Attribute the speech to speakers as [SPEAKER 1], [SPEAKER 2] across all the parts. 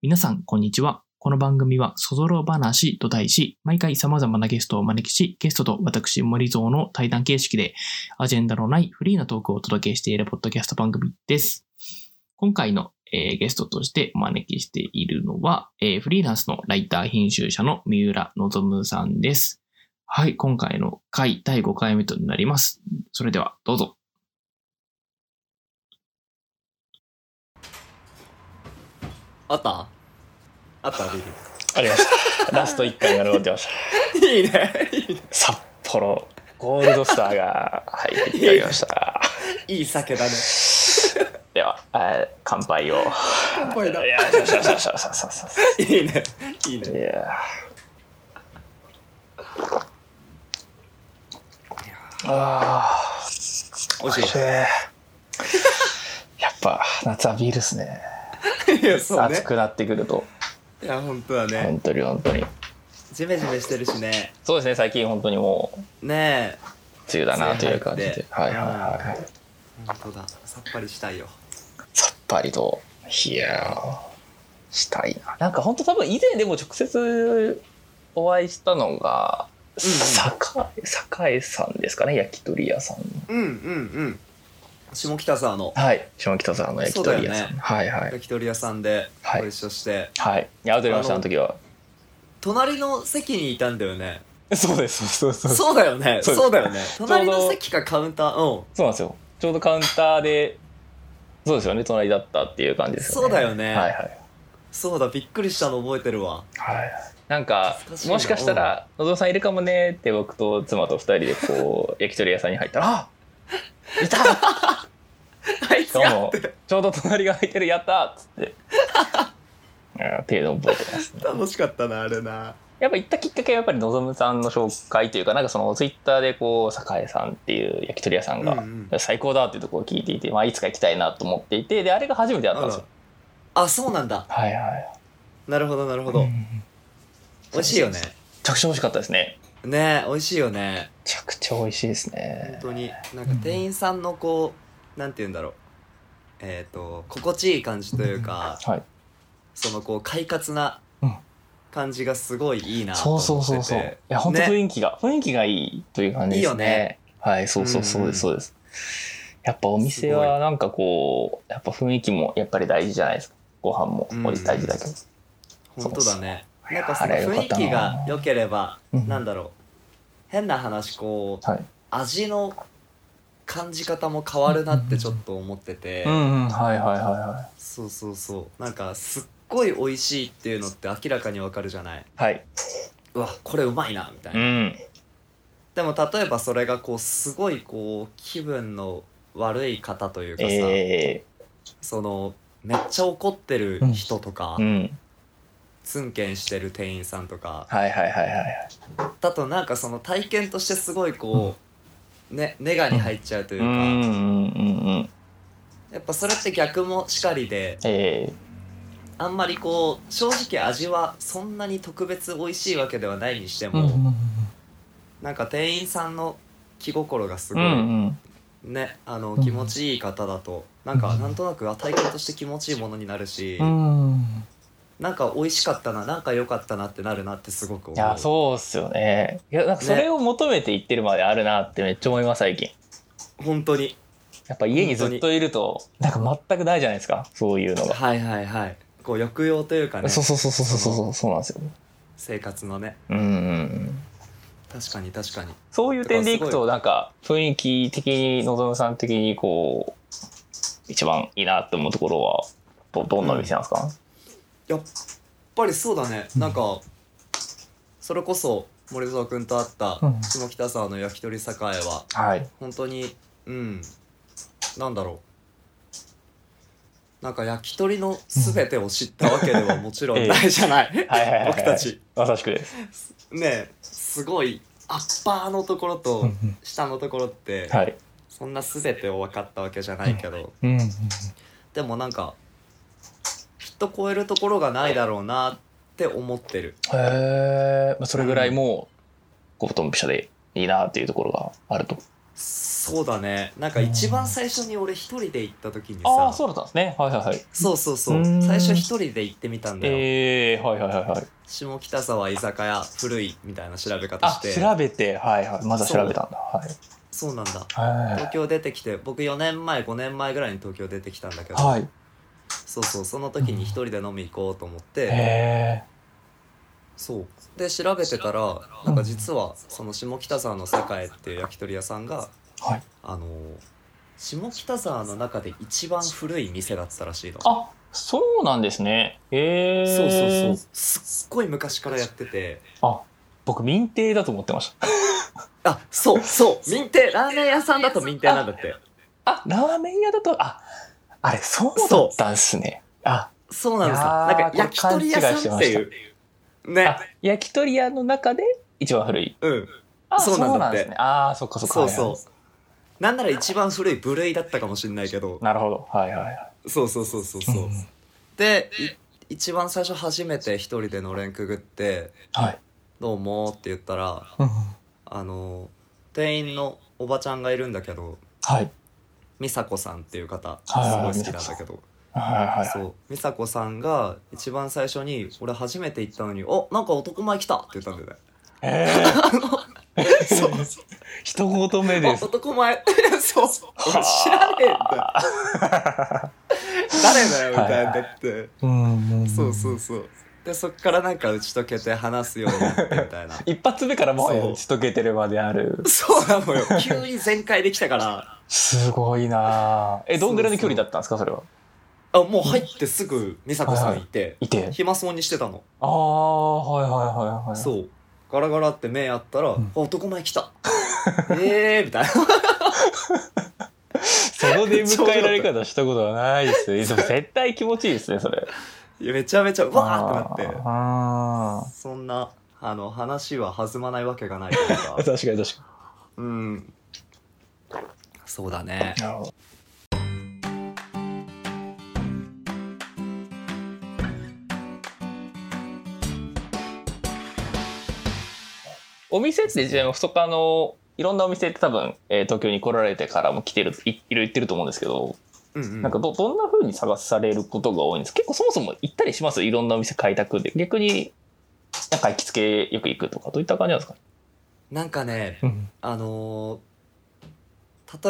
[SPEAKER 1] 皆さん、こんにちは。この番組は、そぞろ話と題し、毎回様々なゲストをお招きし、ゲストと私、森蔵の対談形式で、アジェンダのないフリーなトークをお届けしているポッドキャスト番組です。今回の、えーゲストとしてお招きしているのは、えーフリーランスのライター編集者の三浦望さんです。はい、今回の回第5回目となります。それでは、どうぞ。
[SPEAKER 2] あったあったビ
[SPEAKER 3] ありました。ラスト1回が残ってまし
[SPEAKER 2] ール。いいね。
[SPEAKER 3] た。札幌ゴールドスターが、はい、入ってありました。
[SPEAKER 2] いい酒だね。
[SPEAKER 3] では、えー乾杯を。い
[SPEAKER 2] 乾杯だ。い
[SPEAKER 3] やー、そうそうそうそうそうそ。
[SPEAKER 2] いね。いいう
[SPEAKER 3] い
[SPEAKER 2] ね。
[SPEAKER 3] やー。あー
[SPEAKER 2] 美味し
[SPEAKER 3] しい。やっぱ夏はビールですね
[SPEAKER 2] い。いや、そう
[SPEAKER 3] 暑
[SPEAKER 2] ね。
[SPEAKER 3] くなってくると
[SPEAKER 2] いや、本当だね。
[SPEAKER 3] 本当に本当に
[SPEAKER 2] ジメジメしてるしね。
[SPEAKER 3] そうですね最近本当にもう
[SPEAKER 2] ね
[SPEAKER 3] 梅雨だなという感じ
[SPEAKER 2] 梅
[SPEAKER 3] で
[SPEAKER 2] 雨
[SPEAKER 3] はいは
[SPEAKER 2] 入って
[SPEAKER 3] いはい
[SPEAKER 2] え。本当だ。さっぱりしたいよ。
[SPEAKER 3] さっぱりといやーしたいななんか本当多分以前でも直接お会いしたのが
[SPEAKER 2] うん
[SPEAKER 3] 栄栄さんですかね焼き鳥屋さん
[SPEAKER 2] うんうんうん。下北沢の
[SPEAKER 3] はい下北沢の焼き鳥屋さん、
[SPEAKER 2] そうだよね
[SPEAKER 3] はいはい
[SPEAKER 2] 焼き鳥屋さんで
[SPEAKER 3] はい
[SPEAKER 2] ご一緒して、
[SPEAKER 3] はいいやアウトレイマンさんの時は
[SPEAKER 2] 隣の席にいたんだよね。
[SPEAKER 3] そうですそうそうそう
[SPEAKER 2] そうだよね。
[SPEAKER 3] そう
[SPEAKER 2] そうだよね。
[SPEAKER 3] うど
[SPEAKER 2] 隣の席がカウンター。うん。
[SPEAKER 3] そうなんですよちょうどカウンターでそうですよね隣だったっていう感じですよね
[SPEAKER 2] そうだよね
[SPEAKER 3] はいはい
[SPEAKER 2] そうだ、びっくりしたの覚えてるわ。
[SPEAKER 3] はいなんか
[SPEAKER 2] 懐かしいな
[SPEAKER 3] もしかしたら「のぞみさんいるかもね」って僕と妻と二人でこう焼き鳥屋さんに入ったら「あいた!」
[SPEAKER 2] あい
[SPEAKER 3] し
[SPEAKER 2] つ
[SPEAKER 3] か
[SPEAKER 2] が
[SPEAKER 3] もちょうど隣が空いてるやったーっつ ってあーっていうのを覚えてます
[SPEAKER 2] 楽しかったな、あれな。
[SPEAKER 3] やっぱ行ったきっかけはやっぱりのぞむさんの紹介というかなんかそのツイッターでこう栄さんっていう焼き鳥屋さん
[SPEAKER 2] うん
[SPEAKER 3] が最高だっていうところを聞いていて、まあ、いつか行きたいなと思っていてであれが初めてだったんですよ
[SPEAKER 2] あ、そうなんだ。
[SPEAKER 3] はいはい
[SPEAKER 2] なるほど、なるほど。美味しいよね。
[SPEAKER 3] めちゃくちゃ美味しかったですね
[SPEAKER 2] ねえ、美味しいよね。
[SPEAKER 3] めちゃくちゃ美味しいです
[SPEAKER 2] 本
[SPEAKER 3] ね
[SPEAKER 2] 当に。なんか店員さんのこう、なんて言うんだろう。えっ、と、心地いい感じというか、
[SPEAKER 3] はい
[SPEAKER 2] そのこう、快活な
[SPEAKER 3] うん
[SPEAKER 2] 感じがすごいいいなと
[SPEAKER 3] そうそ
[SPEAKER 2] 思
[SPEAKER 3] う
[SPEAKER 2] ってて。
[SPEAKER 3] そうそういや本当
[SPEAKER 2] ね
[SPEAKER 3] 雰囲気が、雰囲気がいいという感じですね
[SPEAKER 2] いいよね
[SPEAKER 3] はいそうそうそうですそうです、やっぱお店
[SPEAKER 2] すご
[SPEAKER 3] はなんかこうやっぱ雰囲気もやっぱり大事じゃないですかご飯も
[SPEAKER 2] うん
[SPEAKER 3] 大事だけど、
[SPEAKER 2] 本当だね。
[SPEAKER 3] いや
[SPEAKER 2] なんかその
[SPEAKER 3] あれよか
[SPEAKER 2] 雰
[SPEAKER 3] っ
[SPEAKER 2] 囲
[SPEAKER 3] たな
[SPEAKER 2] 気が良ければ、
[SPEAKER 3] うん
[SPEAKER 2] なんだろう。変な話、こう、
[SPEAKER 3] はい
[SPEAKER 2] 味の感じ方も変わるなってちょっと思ってて。
[SPEAKER 3] うんうんはいはいはいは
[SPEAKER 2] そうそうそうなんかすっごい美味しいっていうのって明らかにわかるじゃない
[SPEAKER 3] いはいう
[SPEAKER 2] わこれうまいなみたいうな、
[SPEAKER 3] ん
[SPEAKER 2] でも例えばそれがこうすごいこう気分の悪い方というかさ、
[SPEAKER 3] え
[SPEAKER 2] そのめっちゃ怒ってる人とか、
[SPEAKER 3] ー、うん
[SPEAKER 2] ツンケンしてる店員さんとか
[SPEAKER 3] はいはいはいはい
[SPEAKER 2] だとなんかその体験としてすごいこう、ねネガに入っちゃうという
[SPEAKER 3] う
[SPEAKER 2] か、
[SPEAKER 3] んうんうんうん
[SPEAKER 2] やっぱそれって逆もしかりで
[SPEAKER 3] え
[SPEAKER 2] あんまりこう正直味はそんなに特別美味しいわけではないにして
[SPEAKER 3] ー、
[SPEAKER 2] も、なんか店員さんの気心がす
[SPEAKER 3] う
[SPEAKER 2] ごい、
[SPEAKER 3] んうん
[SPEAKER 2] ねあの
[SPEAKER 3] うん
[SPEAKER 2] 気持ちいい方だとなんかなんとなくあ体験として気持ちいいものになるし、
[SPEAKER 3] うん
[SPEAKER 2] なんか美味しかったななんか良かったなってなるなってすごく思う
[SPEAKER 3] いやそうっすよねいやなんかそれを求めていってるまであるなってめっちゃ思います最近
[SPEAKER 2] 本当に
[SPEAKER 3] やっぱ家にずっといるとなんか全くないじゃないですかそういうのが、
[SPEAKER 2] はいはいはいこう抑揚というかね
[SPEAKER 3] そうそうそうそうそうそうそうなんですよ
[SPEAKER 2] 生活のね
[SPEAKER 3] うんうんうん
[SPEAKER 2] 確かに確かに
[SPEAKER 3] そういう点でいく
[SPEAKER 2] だからすご
[SPEAKER 3] となんか雰囲気的にのぞむさん的にこう一番いいなと思うところはどどんなお店なんですか、
[SPEAKER 2] やっぱりそうだねなんかそれこそ森澤君と会った
[SPEAKER 3] うん
[SPEAKER 2] 下北沢の焼き鳥栄は
[SPEAKER 3] はい
[SPEAKER 2] 本当にうんなんだろうなんか焼き鳥の全てを知ったわけではもちろんないじゃない
[SPEAKER 3] はい はいはいはい
[SPEAKER 2] 僕たち
[SPEAKER 3] まさしくです
[SPEAKER 2] ねえすごいアッパーのところと下のところって
[SPEAKER 3] はい
[SPEAKER 2] そんな全てを分かったわけじゃないけど
[SPEAKER 3] うん
[SPEAKER 2] でもなんかきっと超えるところがないだろうなって思ってる
[SPEAKER 3] へえそれぐらいもうごとんぴしゃでいいなっていうところがあると
[SPEAKER 2] そうだねなんか一番最初に俺一人で行った時に
[SPEAKER 3] ああ
[SPEAKER 2] さ
[SPEAKER 3] そうだったんですねはいはいはい
[SPEAKER 2] そうそうそう
[SPEAKER 1] うん
[SPEAKER 2] 最初一人で行ってみたんだよ、
[SPEAKER 3] えー、はいはいはいはい
[SPEAKER 2] 下北沢居酒屋古いみたいな調べ方
[SPEAKER 3] あ
[SPEAKER 2] して
[SPEAKER 3] 調べてはいはいまずは調べたんだはい
[SPEAKER 2] そうなんだ
[SPEAKER 3] は
[SPEAKER 2] 東京出てきて僕4年前5年前ぐらいに東京出てきたんだけ
[SPEAKER 3] い
[SPEAKER 2] ど、
[SPEAKER 3] はい
[SPEAKER 2] そうそうその時に一人で飲み行こうと思って、
[SPEAKER 3] へ
[SPEAKER 2] そうで調べてたらなんか実はその下北沢の栄っていう焼き鳥屋さんが、
[SPEAKER 3] はい
[SPEAKER 2] あの下北沢の中で一番古い店だったらしいの
[SPEAKER 3] あそうなんですねへえ
[SPEAKER 2] そうそうそうすっごい昔からやってて
[SPEAKER 3] 僕民定だと思ってました
[SPEAKER 2] あそうそう民定ラーメン屋さんだと民定なんだって
[SPEAKER 3] あラーメン屋だとああれそうだったんですねあ
[SPEAKER 2] そうなんですよ
[SPEAKER 3] いやー
[SPEAKER 2] なんか焼き鳥屋さんっていうね
[SPEAKER 3] あ焼き鳥屋の中で一番古い
[SPEAKER 2] うん
[SPEAKER 3] あ
[SPEAKER 2] そうなんだって
[SPEAKER 3] ですねああそっかそっか
[SPEAKER 2] そう
[SPEAKER 3] はい
[SPEAKER 2] そ
[SPEAKER 3] は
[SPEAKER 2] うなんなら一番古い部類だったかもしれないけど
[SPEAKER 3] いなるほどはいはいはい
[SPEAKER 2] そうそうそうそうそう、
[SPEAKER 3] んん
[SPEAKER 2] でい一番最初初めて一人でのれんくぐって
[SPEAKER 3] はい
[SPEAKER 2] 「どうも」って言ったら
[SPEAKER 3] うんうん
[SPEAKER 2] あの店員のおばちゃんがいるんだけど
[SPEAKER 3] はい
[SPEAKER 2] 美佐子さんっていう方す
[SPEAKER 3] はいはい
[SPEAKER 2] ご
[SPEAKER 3] はい
[SPEAKER 2] い好きなんだけど
[SPEAKER 3] はいはいはい
[SPEAKER 2] そう美佐子さんが一番最初に俺初めて行ったのに「おなんか男前来た」って言ったんだよね
[SPEAKER 3] ええ そう一言目
[SPEAKER 2] 「あ
[SPEAKER 3] です
[SPEAKER 2] 男前」そう俺知らねえんだ 誰だよみたいになって
[SPEAKER 3] うん
[SPEAKER 2] そうそうそうでそっからなんか打ち解けて話すようになってみたいな
[SPEAKER 3] 一発目からもはや
[SPEAKER 2] そう
[SPEAKER 3] 打ち解けてるまである
[SPEAKER 2] そうな のよ急に全開できたから
[SPEAKER 3] すごいなあえどんぐらいの距離だったんですかそれは
[SPEAKER 2] あもう入ってすぐ美佐子さんいて
[SPEAKER 3] いて
[SPEAKER 2] 暇そうにしてたの
[SPEAKER 3] ああはいはいはいはい
[SPEAKER 2] そうガラガラって目あったら
[SPEAKER 3] ん
[SPEAKER 2] 「あ男前来た」 ええみたいな
[SPEAKER 3] その出迎えられ方したことはないですね。でも絶対気持ちいいですね、それ。
[SPEAKER 2] いやめち ゃめちゃうわーってなって
[SPEAKER 3] あ
[SPEAKER 2] そんなあの話は弾まないわけがないというか
[SPEAKER 3] あ 確かに確か
[SPEAKER 2] うんそう だね
[SPEAKER 3] に。なるほど。お店ってちなみに、他の、いろんなお店って多分、えー東京に来られてからも来てる、いいろいろ行ってると思うんですけど、
[SPEAKER 2] うんうん
[SPEAKER 3] なんかどどんな風に探されることが多いんです結構そもそも行ったりしますいろんなお店開拓で逆になんか行きつけよく行くとかどういった感じなんですか、
[SPEAKER 2] なんかね
[SPEAKER 3] うん、
[SPEAKER 2] あのー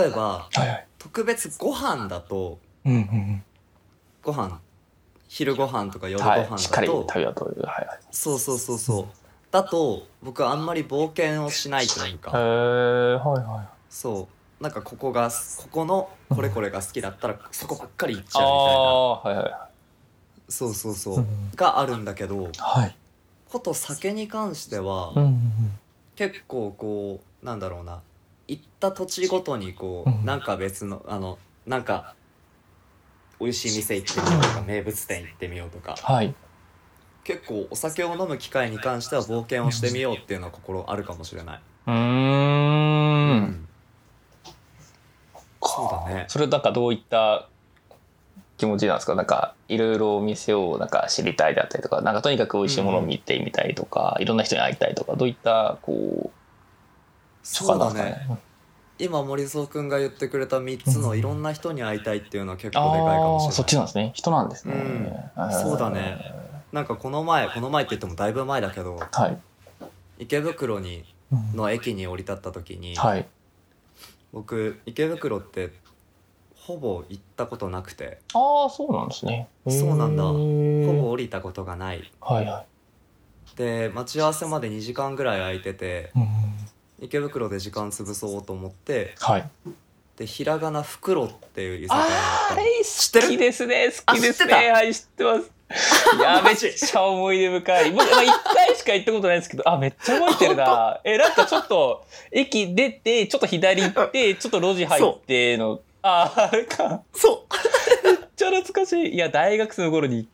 [SPEAKER 2] 例え
[SPEAKER 3] は
[SPEAKER 2] ば
[SPEAKER 3] いはい
[SPEAKER 2] 特別ご飯だと
[SPEAKER 3] うんうん
[SPEAKER 2] ご飯昼ご飯とか
[SPEAKER 3] う
[SPEAKER 2] 夜
[SPEAKER 3] ん
[SPEAKER 2] ご飯
[SPEAKER 3] はいしっか
[SPEAKER 2] だ
[SPEAKER 3] り
[SPEAKER 2] と、
[SPEAKER 3] 食べたというはいはい
[SPEAKER 2] そうそうそうそうだと僕はあんまり冒険をしないという
[SPEAKER 3] へ
[SPEAKER 2] か
[SPEAKER 3] えはいはい
[SPEAKER 2] そうなんかここがここのこれこれが好きだったらそこばっかり行っち
[SPEAKER 3] あ
[SPEAKER 2] ゃう
[SPEAKER 3] あはい
[SPEAKER 2] みたいな
[SPEAKER 3] はい
[SPEAKER 2] そうそうそううんがあるんだけど
[SPEAKER 3] はい
[SPEAKER 2] こと酒に関しては
[SPEAKER 3] ん
[SPEAKER 2] 結構こうなんだろうな行った土地ごとにこ
[SPEAKER 3] うん
[SPEAKER 2] うなんか別のあのなんか美味しい店行ってみようとか名物店行ってみようとか
[SPEAKER 3] はい
[SPEAKER 2] 結構お酒を飲む機会に関しては冒険をしてみようっていうのは心あるかもしれない、
[SPEAKER 3] うー
[SPEAKER 2] うんそうだね
[SPEAKER 3] それなんかどういった気持ちなんですかなんかいろいろお店をなんか知りたいだったりとかなんかとにかく美味しいものを見てみたいとか、いろんな人に会いたいとかどういったこう
[SPEAKER 2] そうだね
[SPEAKER 3] ね
[SPEAKER 2] 今森蔵君が言ってくれた3つのいろんな人に会いたいっていうのは結構でかいか
[SPEAKER 3] あ
[SPEAKER 2] も
[SPEAKER 3] あ
[SPEAKER 2] し
[SPEAKER 3] そっ
[SPEAKER 2] れない
[SPEAKER 3] ちなんですね人なんですね、
[SPEAKER 2] うん
[SPEAKER 3] あー
[SPEAKER 2] そうだねなんかこの前この前って言ってもだいぶ前だけど
[SPEAKER 3] はい、
[SPEAKER 2] 池袋にの駅に降り立った時に、
[SPEAKER 3] はい
[SPEAKER 2] 僕池袋ってほぼ行ったことなくて
[SPEAKER 3] ああそうなんですね
[SPEAKER 2] そうなんだ
[SPEAKER 3] へー
[SPEAKER 2] ほぼ降りたことがない
[SPEAKER 3] はいは
[SPEAKER 2] で待ち合わせまで2時間ぐらい空いてて
[SPEAKER 3] い、うん
[SPEAKER 2] 池袋で時間潰そうと思って
[SPEAKER 3] はい
[SPEAKER 2] でひらがなふくろっていう居酒屋に
[SPEAKER 3] あーあ
[SPEAKER 2] 行っ
[SPEAKER 3] れ
[SPEAKER 2] 知って
[SPEAKER 3] 好
[SPEAKER 2] る
[SPEAKER 3] きですね好
[SPEAKER 2] あ
[SPEAKER 3] きですね
[SPEAKER 2] 知って
[SPEAKER 3] はい知ってます いやーめ
[SPEAKER 2] マ
[SPEAKER 3] っ
[SPEAKER 2] ジ
[SPEAKER 3] ちゃ思い出深い僕まあ一回しか行ったことないですけどあめっちゃ覚えてるなえなんかちょっと駅出てちょっと左行 ってちょっと路地入ってのあああれか
[SPEAKER 2] たそう
[SPEAKER 3] めっちゃ懐かしいいや大学生の頃に行っ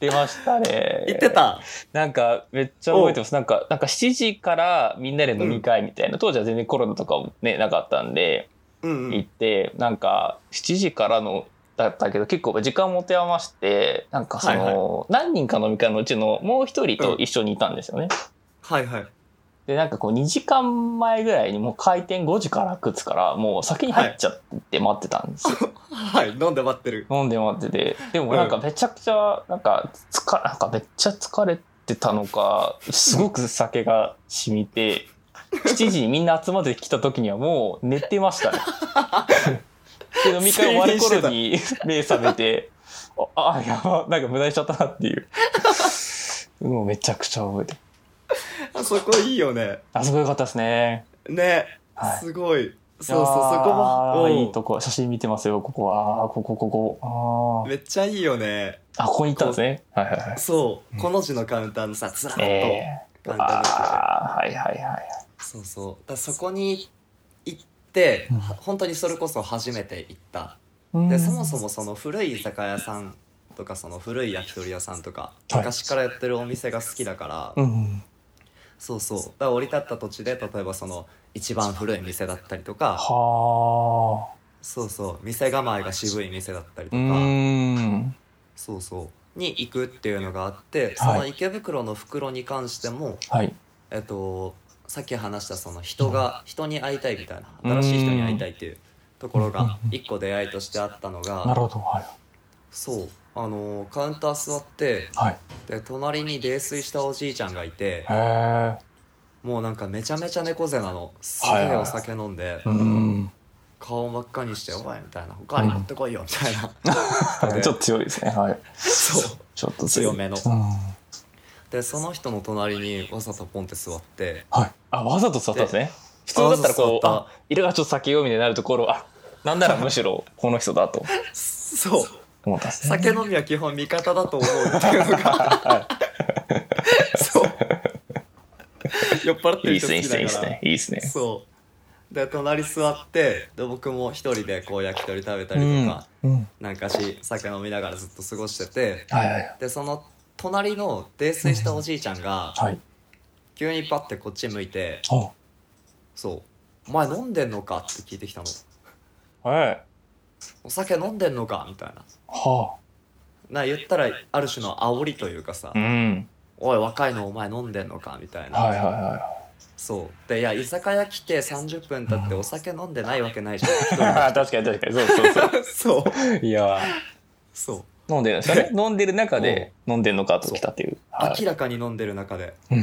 [SPEAKER 3] てましたね
[SPEAKER 2] 行ってた
[SPEAKER 3] なんかめっちゃ覚えてます。なんか、なんか7時からみんなで飲み会みたいな、当時は全然コロナとかもね、なかったんで、
[SPEAKER 2] うんう
[SPEAKER 3] 行
[SPEAKER 2] ん
[SPEAKER 3] って、なんか7時からの、だったけど結構時間持て余して、なんかその、何人か飲み会のうちのもう一人と一緒にいたんですよね。
[SPEAKER 2] はいはい
[SPEAKER 3] で、なんかこう2時間前ぐらいにもう開店5時から靴から、もう先に入っちゃって待ってたんですよ。
[SPEAKER 2] はい、飲んで待ってる。
[SPEAKER 3] 飲んで待ってて。でもなんかめちゃくちゃ、なんか、つか、なんかめっちゃ疲れてたのか、すごく酒が染みて、7時にみんな集まってきた時にはもう寝てましたね。で、飲み会終わる頃 に目覚めて、あ、あやば、なんか無駄にしちゃったなっていう。もうめちゃくちゃ覚えてる。
[SPEAKER 2] あそこいいよね。
[SPEAKER 3] あそこ良かったですね。
[SPEAKER 2] ね、
[SPEAKER 3] はい。
[SPEAKER 2] すごい。そうそう、そ
[SPEAKER 3] いやー
[SPEAKER 2] こも。うん
[SPEAKER 3] いいとこ、写真見てますよ、ここは。あーここ、ここ。
[SPEAKER 2] めっちゃいいよね。
[SPEAKER 3] あーあ、ここに行ったんですね。はいはいはい。
[SPEAKER 2] そう、
[SPEAKER 3] うん
[SPEAKER 2] この字のカウンターのさ、ずらっと
[SPEAKER 3] ええ
[SPEAKER 2] カウンター
[SPEAKER 3] あ
[SPEAKER 2] になってる
[SPEAKER 3] あ、はいはいはい。
[SPEAKER 2] そうそう。だからそこに行って、
[SPEAKER 3] うん
[SPEAKER 2] 本当にそれこそ初めて行った。
[SPEAKER 3] うん
[SPEAKER 2] で、そもそもその古い居酒屋さんとか、その古い焼き鳥屋さんとか、
[SPEAKER 3] はい
[SPEAKER 2] 昔からやってるお店が好きだから、
[SPEAKER 3] うん。
[SPEAKER 2] そうそう。だから降り立った土地で、例えばその、一番古い店だったりとか、
[SPEAKER 3] はあ。
[SPEAKER 2] そうそう、店構えが渋い店だったりと
[SPEAKER 3] う
[SPEAKER 2] か、
[SPEAKER 3] ん。
[SPEAKER 2] そうそうに行くっていうのがあってそ
[SPEAKER 3] はい
[SPEAKER 2] の池袋の袋に関しても、
[SPEAKER 3] はい。
[SPEAKER 2] えっとさっき話したその人が人に会いたいみたいな
[SPEAKER 3] うん
[SPEAKER 2] 新しい人に会いたいっていうところが
[SPEAKER 3] うん
[SPEAKER 2] 一個出会いとしてあったの
[SPEAKER 3] なるほ
[SPEAKER 2] が
[SPEAKER 3] ど。はい。
[SPEAKER 2] そうあのカウンター座って
[SPEAKER 3] はい。
[SPEAKER 2] で隣に泥酔したおじいちゃんがいて
[SPEAKER 3] へ
[SPEAKER 2] もうなんかめちゃめちゃ猫背なのす
[SPEAKER 3] は
[SPEAKER 2] げ
[SPEAKER 3] いはい
[SPEAKER 2] え
[SPEAKER 3] はい
[SPEAKER 2] お酒飲ん
[SPEAKER 3] え。
[SPEAKER 2] で
[SPEAKER 3] うん。
[SPEAKER 2] 顔真っ赤にして「おい」みたいな「他に持ってこいよ」みたい な
[SPEAKER 3] ちょっと強いですね。はい。
[SPEAKER 2] そう
[SPEAKER 3] ちょっと
[SPEAKER 2] 強
[SPEAKER 3] い。
[SPEAKER 2] めの
[SPEAKER 3] うん。
[SPEAKER 2] でその人の隣にわざとポンって座って
[SPEAKER 3] はい。あ、わざと座ったんですね。普通だったらこう、
[SPEAKER 2] わざと
[SPEAKER 3] あ、色がちょっと酒よみたいになるところ、あ、 なんならむしろこの人だと
[SPEAKER 2] そう
[SPEAKER 3] 思ったんですね。
[SPEAKER 2] 酒飲みは基本味方だと思うっていうのが そう酔っ払って
[SPEAKER 3] い
[SPEAKER 2] る
[SPEAKER 3] いで
[SPEAKER 2] 人
[SPEAKER 3] すね、いいで
[SPEAKER 2] 好きだ
[SPEAKER 3] す
[SPEAKER 2] から
[SPEAKER 3] ね、いいですね。いいっすね
[SPEAKER 2] そうで隣座ってで僕も一人でこう焼き鳥食べたりとか、
[SPEAKER 3] うん。うん
[SPEAKER 2] なんかし酒飲みながらずっと過ごしてて
[SPEAKER 3] はいはい。
[SPEAKER 2] でその隣の泥酔したおじいちゃんが
[SPEAKER 3] はい。
[SPEAKER 2] 急にパッてこっち向いて
[SPEAKER 3] お
[SPEAKER 2] 「そうお前飲んでんのか?」って聞いてきたの「
[SPEAKER 3] はい。
[SPEAKER 2] お酒飲んでんのか?」みたいな。
[SPEAKER 3] は
[SPEAKER 2] な言ったらある種の煽りというかさ
[SPEAKER 3] あ。うん。
[SPEAKER 2] 「おい若いのお前飲んでんのか」みたいな
[SPEAKER 3] はいはいは
[SPEAKER 2] そうでいや居酒屋来て30分経ってお酒飲んでないわけないじ
[SPEAKER 3] い。
[SPEAKER 2] ゃ ん
[SPEAKER 3] 確かに確かに。そうそう そ
[SPEAKER 2] 一人そう
[SPEAKER 3] う。いやー。
[SPEAKER 2] そう
[SPEAKER 3] 飲んでるんですか ね飲んでる中で飲んでんのかと来たっていう。はい
[SPEAKER 2] 明らかに飲んでる中で
[SPEAKER 3] は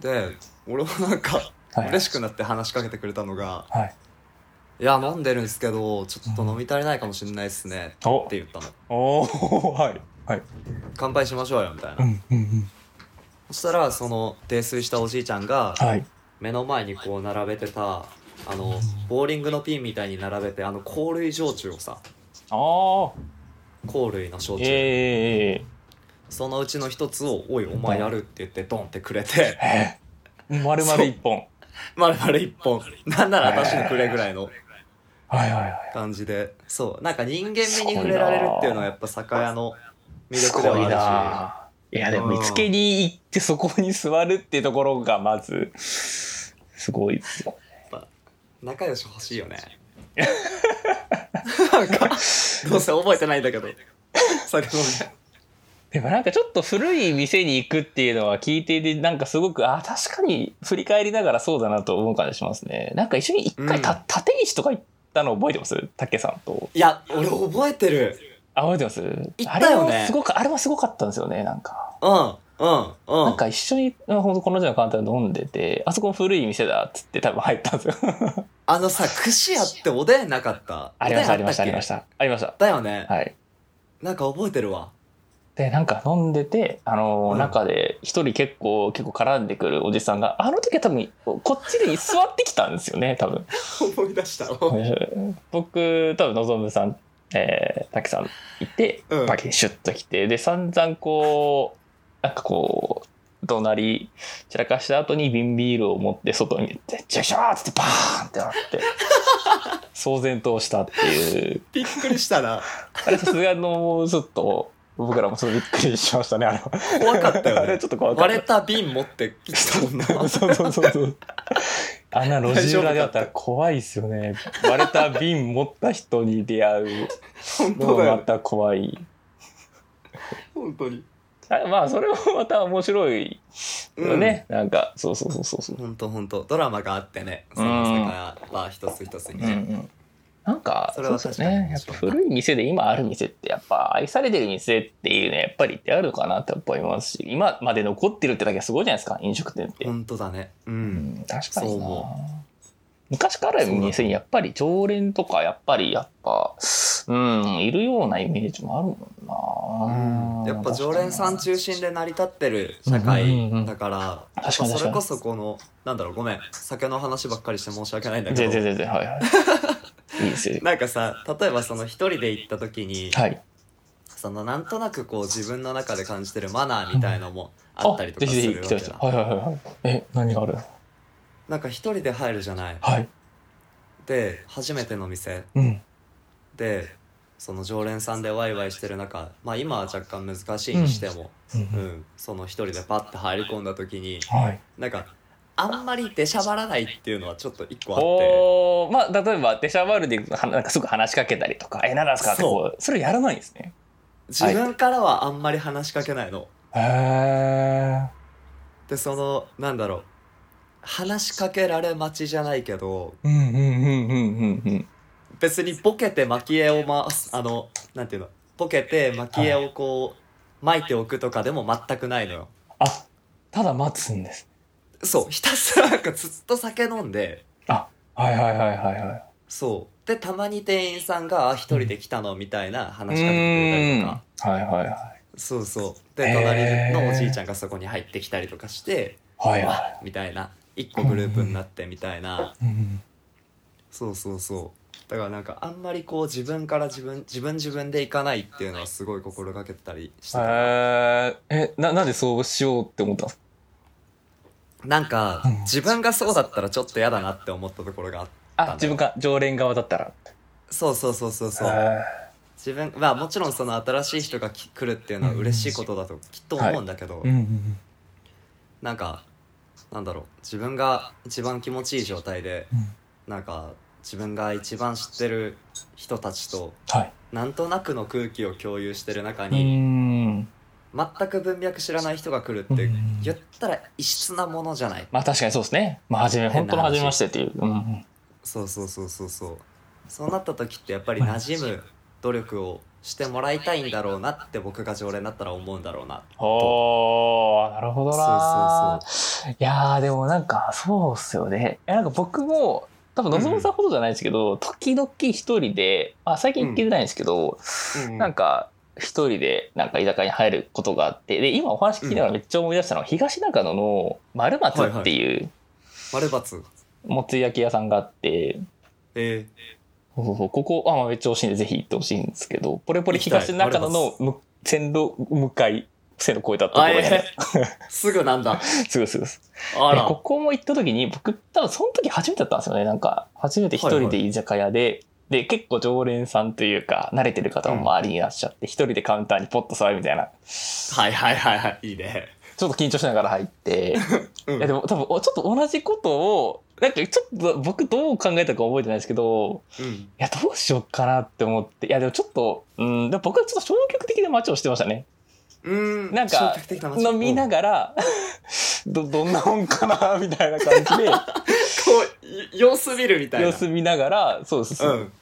[SPEAKER 2] で俺もなんか
[SPEAKER 3] い
[SPEAKER 2] 嬉しくなって話しかけてくれたのが
[SPEAKER 3] はい。
[SPEAKER 2] 「いや飲んでるんですけどちょっと飲み足りないかもしれないっすね」
[SPEAKER 3] お
[SPEAKER 2] って言ったの
[SPEAKER 3] おーはい。はい。
[SPEAKER 2] 「乾杯しましょうよ」みたいな、
[SPEAKER 3] んうんうん。
[SPEAKER 2] そしたらその泥酔したおじいちゃんが
[SPEAKER 3] はい。
[SPEAKER 2] 目の前にこう並べてたあのボーリングのピンみたいに並べてあの香類焼酎をさ
[SPEAKER 3] ああ。
[SPEAKER 2] 香類の焼酎、
[SPEAKER 3] ええ
[SPEAKER 2] そのうちの一つを「おいお前やる」って言ってドンってくれて
[SPEAKER 3] えええ。丸々一本。
[SPEAKER 2] 丸々一本なんなら私にくれぐらいの
[SPEAKER 3] はいはいはい。
[SPEAKER 2] 感じでそうなんか人間味に触れられるっていうのはやっぱ酒屋の魅力ではあるし
[SPEAKER 3] あ。いやでも見つけに行ってそこに座るっていうところがまずすごいですよ。
[SPEAKER 2] 仲良し欲しいよね なんかどうせ覚えてないんだけど酒飲んで
[SPEAKER 3] でもなんかちょっと古い店に行くっていうのは聞いていてなんかすごくあ確かに振り返りながらそうだなと思う感じしますね。なんか一緒に一回た、
[SPEAKER 2] うん
[SPEAKER 3] 立石とか行ったの覚えてます竹さんと。
[SPEAKER 2] いや俺覚えてる
[SPEAKER 3] あ、覚えてますあ
[SPEAKER 2] た
[SPEAKER 3] れ
[SPEAKER 2] よね
[SPEAKER 3] もすごく、あれもすごかったんですよね、なんか。
[SPEAKER 2] うんうんうん
[SPEAKER 3] なんか一緒に、うんほんとこの字の簡単で飲んでて、あそこ古い店だっつって多分入ったんです よ。
[SPEAKER 2] あのさ串屋っておでんなかった
[SPEAKER 3] ありました、ありました、あ
[SPEAKER 2] おで
[SPEAKER 3] り
[SPEAKER 2] ん
[SPEAKER 3] ま
[SPEAKER 2] っっけ
[SPEAKER 3] した。ありました。
[SPEAKER 2] だよね、
[SPEAKER 3] はい。
[SPEAKER 2] なんか覚えてるわ
[SPEAKER 3] で、なんか飲んでて、あのー
[SPEAKER 2] うん
[SPEAKER 3] 中で一人結構、結構絡んでくるおじさんが、あの時は多分、こっちに座ってきたんですよね、多分。
[SPEAKER 2] 思い出した
[SPEAKER 3] 僕多分のぞむさん、えー、たけさんいて
[SPEAKER 2] うん
[SPEAKER 3] パキシュッと来て、で散々こうなんかこう怒鳴り散らかした後に瓶ビールを持って外に行って「チェキシャー!」っつってバーンってなって 騒然としたっていう
[SPEAKER 2] びっくりしたな
[SPEAKER 3] あれさすがのちょっと僕らもそれびっくりしましたねあれは
[SPEAKER 2] 怖かった よ
[SPEAKER 3] あれ
[SPEAKER 2] ね
[SPEAKER 3] ちょっと怖かった
[SPEAKER 2] 割れた瓶持ってきたもんな
[SPEAKER 3] そうそうそう そう。あんな路地裏であったら怖いですよね。割れた瓶持った人に出会う
[SPEAKER 2] 本
[SPEAKER 3] の
[SPEAKER 2] 当
[SPEAKER 3] も
[SPEAKER 2] だよ
[SPEAKER 3] ま
[SPEAKER 2] ね
[SPEAKER 3] た怖い。
[SPEAKER 2] 本当に
[SPEAKER 3] あまあそれもまた面白い
[SPEAKER 2] うん
[SPEAKER 3] ね、なんか、そうそうそうそうそう。
[SPEAKER 2] ほんとほんとドラマがあってね
[SPEAKER 3] う
[SPEAKER 2] そ
[SPEAKER 3] ん
[SPEAKER 2] のからまあ一つ一つ
[SPEAKER 3] う
[SPEAKER 2] に
[SPEAKER 3] んう
[SPEAKER 2] ね、
[SPEAKER 3] んなんか、そ
[SPEAKER 2] それ
[SPEAKER 3] う
[SPEAKER 2] は
[SPEAKER 3] で
[SPEAKER 2] 確
[SPEAKER 3] す
[SPEAKER 2] かに
[SPEAKER 3] ね。やっぱ古い店で今ある店って、やっぱ愛されてる店っていうね、やっぱりってあるのかなってやっぱ思いますし、今まで残ってるってだけはすごいじゃないですか、飲食店って
[SPEAKER 2] ほ。んとだねう
[SPEAKER 3] うんん、確か
[SPEAKER 2] そう
[SPEAKER 3] にな
[SPEAKER 2] 思。
[SPEAKER 3] 昔からある店にやっぱり常連とか、やっぱりやっぱ、うん、いるようなイメージもあるもんな。
[SPEAKER 2] やっぱ常連さん中心で成り立ってる社
[SPEAKER 3] うんうんう
[SPEAKER 2] 会
[SPEAKER 3] ん
[SPEAKER 2] だから、やっぱ
[SPEAKER 3] 確かに
[SPEAKER 2] そ
[SPEAKER 3] 確か
[SPEAKER 2] れこ
[SPEAKER 3] に
[SPEAKER 2] そこのなんだろうごめん酒の話ばっかりして申し訳ないんだけ
[SPEAKER 3] 全然
[SPEAKER 2] ど
[SPEAKER 3] 全然、はいはい。 いいですよ。
[SPEAKER 2] なんかさ例えばその一人で行った時に、
[SPEAKER 3] はい。
[SPEAKER 2] そのなんとなくこう自分の中で感じてるマナーみたいのもあったりとか
[SPEAKER 3] ぜ
[SPEAKER 2] す
[SPEAKER 3] ひぜひ
[SPEAKER 2] る
[SPEAKER 3] 来てま
[SPEAKER 2] わけ
[SPEAKER 3] し
[SPEAKER 2] じゃ
[SPEAKER 3] た。はいはいはいはい。え、何がある
[SPEAKER 2] なんか一人で入るじゃない
[SPEAKER 3] はい。
[SPEAKER 2] で初めての店
[SPEAKER 3] うん。
[SPEAKER 2] でその常連さんでワイワイしてる中まあ今は若干難しいにしても、
[SPEAKER 3] う
[SPEAKER 2] うん
[SPEAKER 3] ん
[SPEAKER 2] その一人でパッて入り込んだ時に
[SPEAKER 3] はい。
[SPEAKER 2] なんかあんまり出しゃばらないっていうのはちょっと一個あって
[SPEAKER 3] おおまあ例えばデシャワールではなんかすぐ話しかけたりとか「え何なんですか?」ってこうそれやらないんですね
[SPEAKER 2] 自分からはあんまり話しかけないの。
[SPEAKER 3] へえ
[SPEAKER 2] でそのなんだろう話しかけられ待ちじゃないけど
[SPEAKER 3] うんうんうんうんうんうん
[SPEAKER 2] 別にボケて蒔絵をまあのなんていうのボケて蒔絵をこう巻いておくとかでも全くないのよ
[SPEAKER 3] あただ待つんです
[SPEAKER 2] そうひたすらなんかずっと酒飲んで
[SPEAKER 3] はいはいはいはいはい
[SPEAKER 2] そうでたまに店員さんがあ「一人で来たの」みたいな話しかけてくれたり
[SPEAKER 3] う
[SPEAKER 2] と
[SPEAKER 3] ん
[SPEAKER 2] か
[SPEAKER 3] はいはいはい
[SPEAKER 2] そうそうで
[SPEAKER 3] へー
[SPEAKER 2] 隣のおじいちゃんがそこに入ってきたりとかして
[SPEAKER 3] はい
[SPEAKER 2] わ
[SPEAKER 3] は
[SPEAKER 2] っみたいな一個グループになってみたいな。
[SPEAKER 3] いうん
[SPEAKER 2] そうそうそうだからなんかあんまりこう自分から自分自分自分で行かないっていうのはすごい心がけてたりして
[SPEAKER 3] へ
[SPEAKER 2] た、
[SPEAKER 3] ーえななんでそうしようって思ったんですか
[SPEAKER 2] なんか
[SPEAKER 3] うん
[SPEAKER 2] 自分がそうだったらちょっと嫌だなって思ったところがあっ
[SPEAKER 3] あ自分が常連側だったら
[SPEAKER 2] そうそうそうそうそう
[SPEAKER 3] へ
[SPEAKER 2] 自分まあもちろんその新しい人がき来るっていうのは嬉しいことだときっと思うんだけど、
[SPEAKER 3] ーうんうんうん
[SPEAKER 2] なんかなんだろう自分が一番気持ちいい状態で
[SPEAKER 3] うん
[SPEAKER 2] なんか自分が一番知ってる人たちと
[SPEAKER 3] はい
[SPEAKER 2] なんとなくの空気を共有してる中
[SPEAKER 3] う
[SPEAKER 2] に、
[SPEAKER 3] ん
[SPEAKER 2] 全く文脈知らない人が来るって
[SPEAKER 3] うん
[SPEAKER 2] 言ったら異質なものじゃない
[SPEAKER 3] まあ確かにそうですねまあ初め本当の初めましてっていううんうん
[SPEAKER 2] そうそうそうそうそうそうなった時ってやっぱり馴染む努力をしてもらいたいんだろうなって僕が常連だったら思うんだろうな
[SPEAKER 3] おーなるほどなそういやーでもなんかそうっすよねいやなんか僕も多分望むさんほどじゃないですけど、時々一人で、まあ、最近行けてないんですけど、なんか一人でなんか居酒屋に入ることがあってで今お話聞きながらめっちゃ思い出したのは、東中野の丸松っていう
[SPEAKER 2] 丸×
[SPEAKER 3] もつ焼き屋さんがあって、
[SPEAKER 2] え
[SPEAKER 3] そうそうそうここあ、まあ、めっちゃ美味しいんでぜひ行ってほしいんですけどポレポレ東中野のむ線路向かい線路越えたとこ
[SPEAKER 2] あ
[SPEAKER 3] ろにある
[SPEAKER 2] え すぐなんだ
[SPEAKER 3] すぐすぐすぐ
[SPEAKER 2] あ
[SPEAKER 3] でこ
[SPEAKER 2] ら
[SPEAKER 3] こも行った時に僕多分その時初めてだったんですよねなんか初めて一人で居酒屋で、で結構常連さんというか慣れてる方も周りにいらっしゃって一、人でカウンターにポッと座るみたいな
[SPEAKER 2] はいはいはいはいいいね
[SPEAKER 3] ちょっと緊張しながら入って、
[SPEAKER 2] うん
[SPEAKER 3] いやでも多分おちょっと同じことをなんかちょっと僕どう考えたか覚えてないですけど
[SPEAKER 2] うん
[SPEAKER 3] いやどうしようかなって思っていやでもちょっとうんでも僕はちょっと消極的な街をしてましたね
[SPEAKER 2] うん
[SPEAKER 3] なんか
[SPEAKER 2] 消極的な街
[SPEAKER 3] 飲みながら、 どどんなもんかなみたいな感じで
[SPEAKER 2] うんこうい様子見るみたいな
[SPEAKER 3] 様子見ながらそうそうそうう、
[SPEAKER 2] ん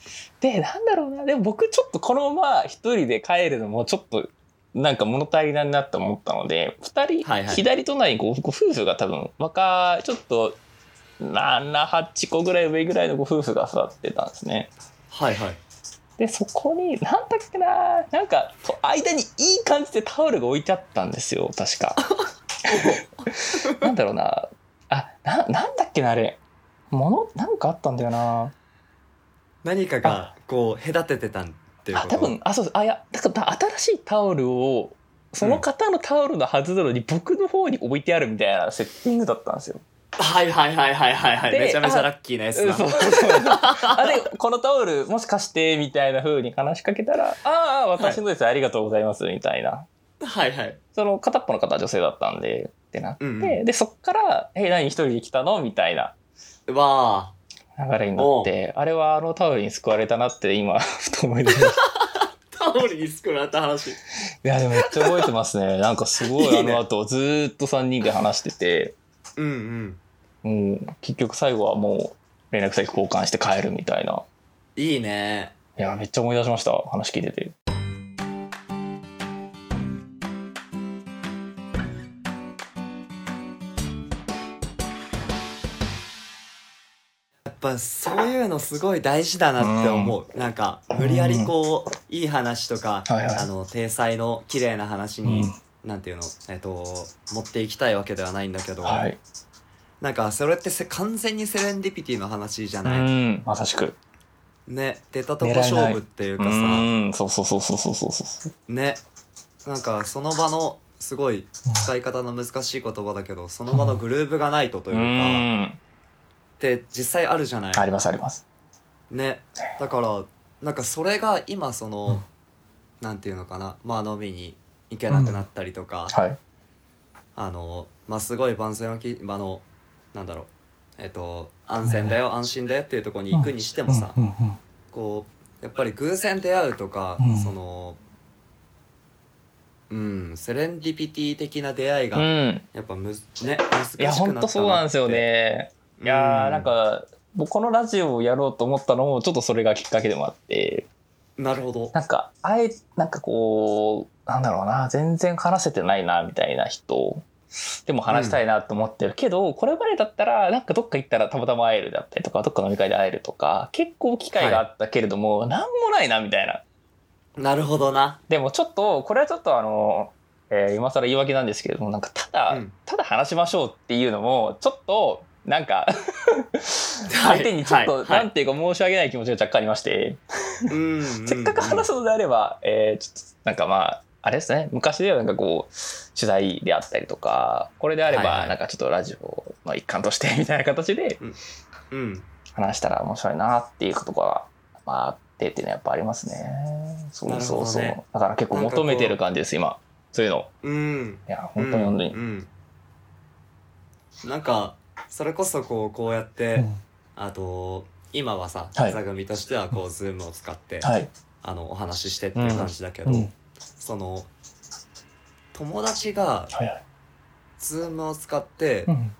[SPEAKER 3] で、なんだろうな。でも僕ちょっとこのまま一人で帰るのもちょっと、なんか物足りないなって思ったので、二人、
[SPEAKER 2] はいはい
[SPEAKER 3] 左隣にごご夫婦が多分、若い、ちょっと、7、8個ぐらい上ぐらいのご夫婦が座ってたんですね。
[SPEAKER 2] はいはい
[SPEAKER 3] で、そこに、なんだっけな、なんか、と間にいい感じでタオルが置いてあったんですよ、確 か。なんだろうな。あ、な、なんだっけな、あれ。物、なんかあったんだよな。
[SPEAKER 2] 何かがこう隔ててたっていう
[SPEAKER 3] あ
[SPEAKER 2] こ
[SPEAKER 3] 多
[SPEAKER 2] と
[SPEAKER 3] 分あそうですあいやだから新しいタオルをその方のタオルのはずなのに僕の方に置いてあるみたいなセッティングだったんですよ。
[SPEAKER 2] はいはいはいはいはいはい
[SPEAKER 3] で
[SPEAKER 2] めちゃめちゃラッキーなやつ
[SPEAKER 3] うん
[SPEAKER 2] だ
[SPEAKER 3] そうそうあでこのタオルもしかしてみたいな風に話しかけたら「あああ私のです、ありがとうございます」みたいな
[SPEAKER 2] はいはい
[SPEAKER 3] その片っぽの方は女性だったんでってなって、
[SPEAKER 2] うんうん
[SPEAKER 3] でそっから「え何一人で来たの?」みたいな
[SPEAKER 2] わあ
[SPEAKER 3] 流れになってあれはあのタオルに救われたなって今ふと思い出しました。
[SPEAKER 2] タモリに救われた話。
[SPEAKER 3] いや、でもめっちゃ覚えてますね。なんかすごい
[SPEAKER 2] い
[SPEAKER 3] あ
[SPEAKER 2] いね
[SPEAKER 3] の後、ずーっと3人で話してて、
[SPEAKER 2] うんうん。
[SPEAKER 3] もう結局最後はもう連絡先交換して帰るみたいな。
[SPEAKER 2] いいね。
[SPEAKER 3] いや、めっちゃ思い出しました。話聞いてて。
[SPEAKER 2] やっぱそういうのすごい大事だなって思う、なんか無理やりこう、いい話とか、
[SPEAKER 3] はいはい
[SPEAKER 2] あの体裁の綺麗な話
[SPEAKER 3] う
[SPEAKER 2] に、
[SPEAKER 3] ん
[SPEAKER 2] なんていうの、えっと、持っていきたいわけではないんだけど、
[SPEAKER 3] はい。
[SPEAKER 2] なんかそれってせ完全にセレンディピティの話じゃ
[SPEAKER 3] う
[SPEAKER 2] ない、
[SPEAKER 3] ん、まさしく。
[SPEAKER 2] ね出たとこ勝負っていう
[SPEAKER 3] う
[SPEAKER 2] かさ
[SPEAKER 3] ん、そうそうそうそうそうそうそう。
[SPEAKER 2] ねなんかその場のすごい使い方の難しい言葉だけどその場のグルーヴがないとという
[SPEAKER 3] う
[SPEAKER 2] か、っ
[SPEAKER 3] ん、
[SPEAKER 2] て実際あるじゃない、
[SPEAKER 3] ありますあります。
[SPEAKER 2] ねだからなんかそれが今その、なんていうのかなまあ飲みに行けなくなったりとか、
[SPEAKER 3] はい。
[SPEAKER 2] あのまあすごい万全をきあのなんだろうえっと安全だよ安心だよっていうところに行くにしてもさ、
[SPEAKER 3] うんうん
[SPEAKER 2] こうやっぱり偶然出会うとか、
[SPEAKER 3] うん
[SPEAKER 2] そのうんセレンディピティ的な出会
[SPEAKER 3] う
[SPEAKER 2] い
[SPEAKER 3] ん
[SPEAKER 2] が
[SPEAKER 3] うん。
[SPEAKER 2] やっぱむず、ね難しく
[SPEAKER 3] い
[SPEAKER 2] な
[SPEAKER 3] や、
[SPEAKER 2] った
[SPEAKER 3] ほんとそうなんですよね。いや
[SPEAKER 2] う
[SPEAKER 3] ー、なんか、僕このラジオをやろうと思ったのも、ちょっとそれがきっかけでもあって。
[SPEAKER 2] なるほど
[SPEAKER 3] なんか、あえ、なんかこう、なんだろうな、全然話せてないな、みたいな人、でも話したいなと思ってるけど、これまでだったら、なんかどっか行ったらたまたま会えるだったりとか、どっか飲み会で会えるとか、結構機会があったけれども、なんもないな、みたいな。
[SPEAKER 2] なるほどな
[SPEAKER 3] でもちょっと、これはちょっとあの、えー今更言い訳なんですけれども、なんかただ、
[SPEAKER 2] うん
[SPEAKER 3] ただ話しましょうっていうのも、ちょっと、なんか、相手にちょっと、
[SPEAKER 2] はいはい
[SPEAKER 3] なんていうか申し訳ない気持ちが若干ありまして。
[SPEAKER 2] うん
[SPEAKER 3] せっかく話す
[SPEAKER 2] す
[SPEAKER 3] のであれば、えーちょっとなんかまああれですね昔ではなんかこう取材であったりとかこれであれ
[SPEAKER 2] はいは
[SPEAKER 3] ば
[SPEAKER 2] い
[SPEAKER 3] なんかちょっとラジオの一環として みたいな形で
[SPEAKER 2] うん
[SPEAKER 3] 話したら面白いなっていうことが、まあ、あってっていうのはやっぱありますねそうそうそう、
[SPEAKER 2] なるほどね
[SPEAKER 3] だから結構求めてる感じです今そういうの
[SPEAKER 2] うん
[SPEAKER 3] いや本当に本当に、
[SPEAKER 2] うんうんなんかそれこそこうこうやって、あと今はさ、
[SPEAKER 3] はい
[SPEAKER 2] 座組としてはこう Zoom を使って、
[SPEAKER 3] はい、
[SPEAKER 2] あのお話ししてっていう感じだけど、
[SPEAKER 3] うん
[SPEAKER 2] その友達が
[SPEAKER 3] はいはい
[SPEAKER 2] Zoom を使って
[SPEAKER 3] うん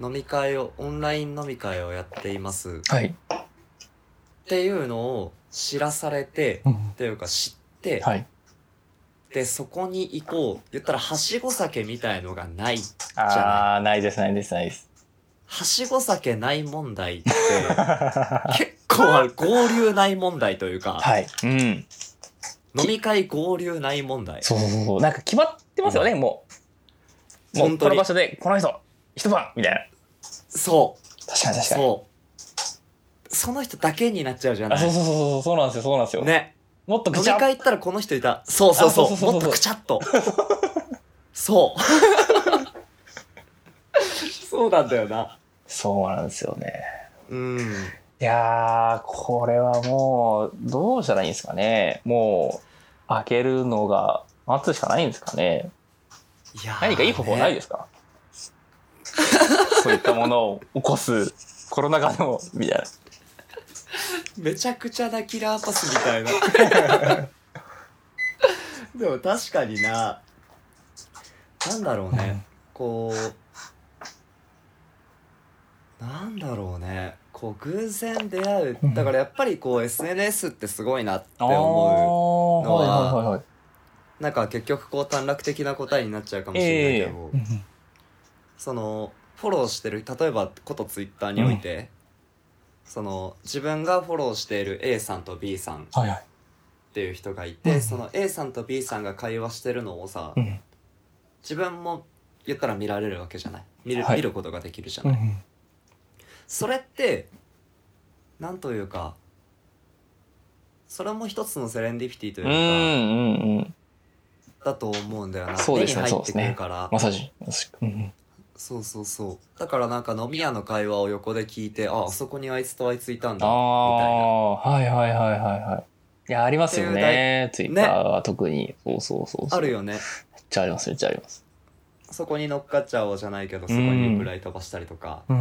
[SPEAKER 2] 飲み会をオンライン飲み会をやっていますっ
[SPEAKER 3] はい
[SPEAKER 2] ていうのを知らされて
[SPEAKER 3] うん
[SPEAKER 2] というか知って、
[SPEAKER 3] はい
[SPEAKER 2] でそこに行こう言ったらはしご酒みたいのがない
[SPEAKER 3] ああないですないですないで す
[SPEAKER 2] はしご酒ない問題って 結構ある合流ない問題というか、
[SPEAKER 3] はいうん
[SPEAKER 2] 飲み会合流ない問題
[SPEAKER 3] そうそうそうそう。なんか決まってますよね、もう。もう
[SPEAKER 2] 本当
[SPEAKER 3] こ
[SPEAKER 2] に
[SPEAKER 3] の場所で、この人、一晩みたいな。
[SPEAKER 2] そう
[SPEAKER 3] 確かに確かに。
[SPEAKER 2] そうその人だけになっちゃうじゃな
[SPEAKER 3] あ
[SPEAKER 2] い
[SPEAKER 3] そうそうそうそう、そうなんですよ、そうなんですよ。
[SPEAKER 2] ね
[SPEAKER 3] もっと
[SPEAKER 2] 飲
[SPEAKER 3] ぐ
[SPEAKER 2] み
[SPEAKER 3] ちゃっ
[SPEAKER 2] 会行ったらこの人いたそうそうそ
[SPEAKER 3] あそうそうそ
[SPEAKER 2] う
[SPEAKER 3] うそう
[SPEAKER 2] もっとくちゃっ とそうそうなんだよな
[SPEAKER 3] そうなんですよね。
[SPEAKER 2] うん
[SPEAKER 3] いやー、これはもう、どうしたらいいんですかね。もう、開けるのが、待つしかないんですかね。
[SPEAKER 2] いやー
[SPEAKER 3] 何かいい方法ないですか、そういったものを起こす、コロナ禍でも、みたいな。
[SPEAKER 2] ねめちゃくちゃなキラーパスみたいな でも確かにななんだろうね、こうなんだろうねこう偶然出会うだからやっぱりこう SNS ってすごいなって思う
[SPEAKER 3] 思
[SPEAKER 2] のは
[SPEAKER 3] はいはいはいはい。
[SPEAKER 2] なんか結局こう短絡的な答えになっちゃうかもしれないけど、そのフォローしてる例えばことツイッターにおいて、その自分がフォローしている A さんと B さんっ
[SPEAKER 3] はいはい。
[SPEAKER 2] ていう人がいて、
[SPEAKER 3] うん
[SPEAKER 2] その A さんと B さんが会話してるのをさ、
[SPEAKER 3] うん
[SPEAKER 2] 自分も言ったら見られるわけじゃない見る,、
[SPEAKER 3] はい
[SPEAKER 2] 見ることができるじゃ
[SPEAKER 3] う
[SPEAKER 2] ない、
[SPEAKER 3] ん
[SPEAKER 2] それってなんというかそれも一つのセレンディピティという
[SPEAKER 3] う
[SPEAKER 2] か、
[SPEAKER 3] んうんうん。
[SPEAKER 2] だと思うんだよな、
[SPEAKER 3] そう
[SPEAKER 2] 目
[SPEAKER 3] で
[SPEAKER 2] に
[SPEAKER 3] すね
[SPEAKER 2] 入ってくるから、
[SPEAKER 3] まさし、まさしく。うんうん
[SPEAKER 2] そうそうそうだからなんか飲み屋の会話を横で聞いてああそこにあいつとあいついたんだみたいな
[SPEAKER 3] ああー、はいはいはいはいはい。いや、ありますよね。ツイッターは特に。そうそうそうそう。
[SPEAKER 2] ある
[SPEAKER 3] よ。
[SPEAKER 2] よね
[SPEAKER 3] めっちゃあります、めっちゃあります。
[SPEAKER 2] そこに乗っかっちゃおうじゃないけどそこにリプライ飛ばしたりとか、
[SPEAKER 3] そう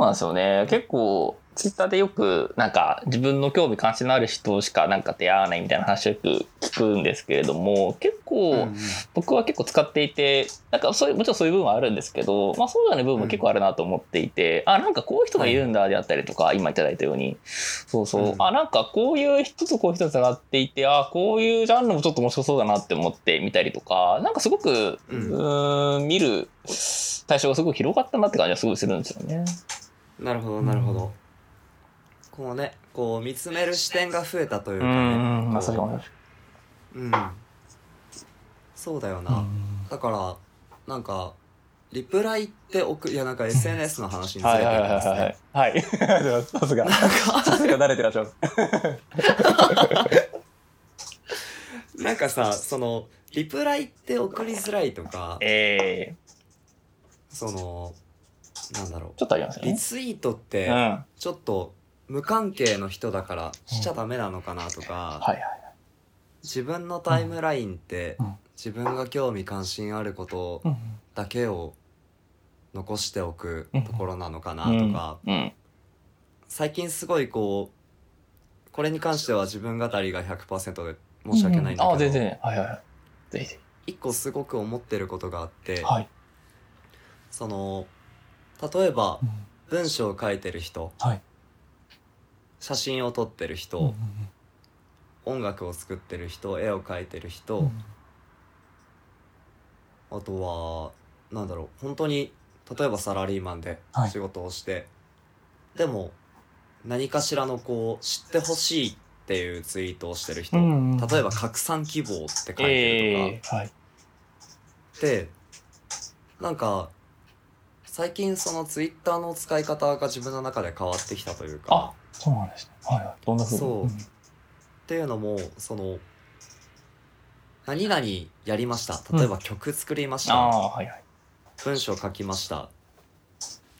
[SPEAKER 3] なんですよね。結構、ツイッターでよくなんか自分の興味関心のある人しかなんか出会わないみたいな話をよく聞くんですけれども結構、
[SPEAKER 2] うんうん
[SPEAKER 3] 僕は結構使っていてなんかそういうもちろんそういう部分はあるんですけど、まあ、そうじゃない部分も結構あるなと思っていて、あなんかこういう人がいるんだであったりとか、今いただいたようにそうそう、
[SPEAKER 2] うん
[SPEAKER 3] あなんかこういう人とこういう人とつながっていてあこういうジャンルもちょっと面白そうだなって思って見たりとかなんかすごく、う
[SPEAKER 2] うん
[SPEAKER 3] ーん見る対象がすごく広がったなって感じはすごいするんですよね。
[SPEAKER 2] なるほどなるほど、こうねこう見つめる視点が増えたという
[SPEAKER 3] う
[SPEAKER 2] かね
[SPEAKER 3] ん、まあ、それ
[SPEAKER 2] こ
[SPEAKER 3] もあります
[SPEAKER 2] ううんそうだよな、だからなんかリプライって送い やなんか SNS の話にずれ
[SPEAKER 3] は
[SPEAKER 2] て
[SPEAKER 3] いはい
[SPEAKER 2] る
[SPEAKER 3] はい
[SPEAKER 2] んですね
[SPEAKER 3] はいはい。はい。 さすが。さすが慣れてらっしゃいます。
[SPEAKER 2] なんかさそのリプライって送りづらいとか
[SPEAKER 3] ええ
[SPEAKER 2] そのなんだろ
[SPEAKER 3] ちょっとありますよ
[SPEAKER 2] うリ
[SPEAKER 3] ね。
[SPEAKER 2] ツイート
[SPEAKER 3] う
[SPEAKER 2] って
[SPEAKER 3] ん。はい
[SPEAKER 2] ちょっと無関係の人だからしちゃダメなのかなとか、
[SPEAKER 3] はい。
[SPEAKER 2] 自分のタイムラインって
[SPEAKER 3] うん
[SPEAKER 2] 自分が興味関心あることだけを残しておくところなのかなとか、
[SPEAKER 3] うん。
[SPEAKER 2] 最近すごいこうこれに関しては自分語りが100%で申し訳ないんだ
[SPEAKER 3] あ、
[SPEAKER 2] け
[SPEAKER 3] 全
[SPEAKER 2] ど、
[SPEAKER 3] 然。はいはい。ぜひぜ
[SPEAKER 2] 一個すごく思ってることがあって、
[SPEAKER 3] ひ。はい。
[SPEAKER 2] その例えば文章を書いてる人、
[SPEAKER 3] はい
[SPEAKER 2] 写真を撮ってる人、音楽を作ってる人絵を描いてる人、あとはなんだろう本当に例えばサラリーマンで
[SPEAKER 3] はい
[SPEAKER 2] 仕事をして、でも何かしらのこう知ってほしいっていうツイートをしてる人、例えば拡散希望って書いてるとか、
[SPEAKER 3] ええ。はい。
[SPEAKER 2] でなんか最近そのツイッターの使い方が自分の中で変わってきたという
[SPEAKER 3] あ
[SPEAKER 2] か、
[SPEAKER 3] そうなんですね。はいはい。どんな風に
[SPEAKER 2] そうっていうのもその何々やりました例えば曲作りまし
[SPEAKER 3] あ
[SPEAKER 2] た、
[SPEAKER 3] あ、はいはい。
[SPEAKER 2] 文章書きました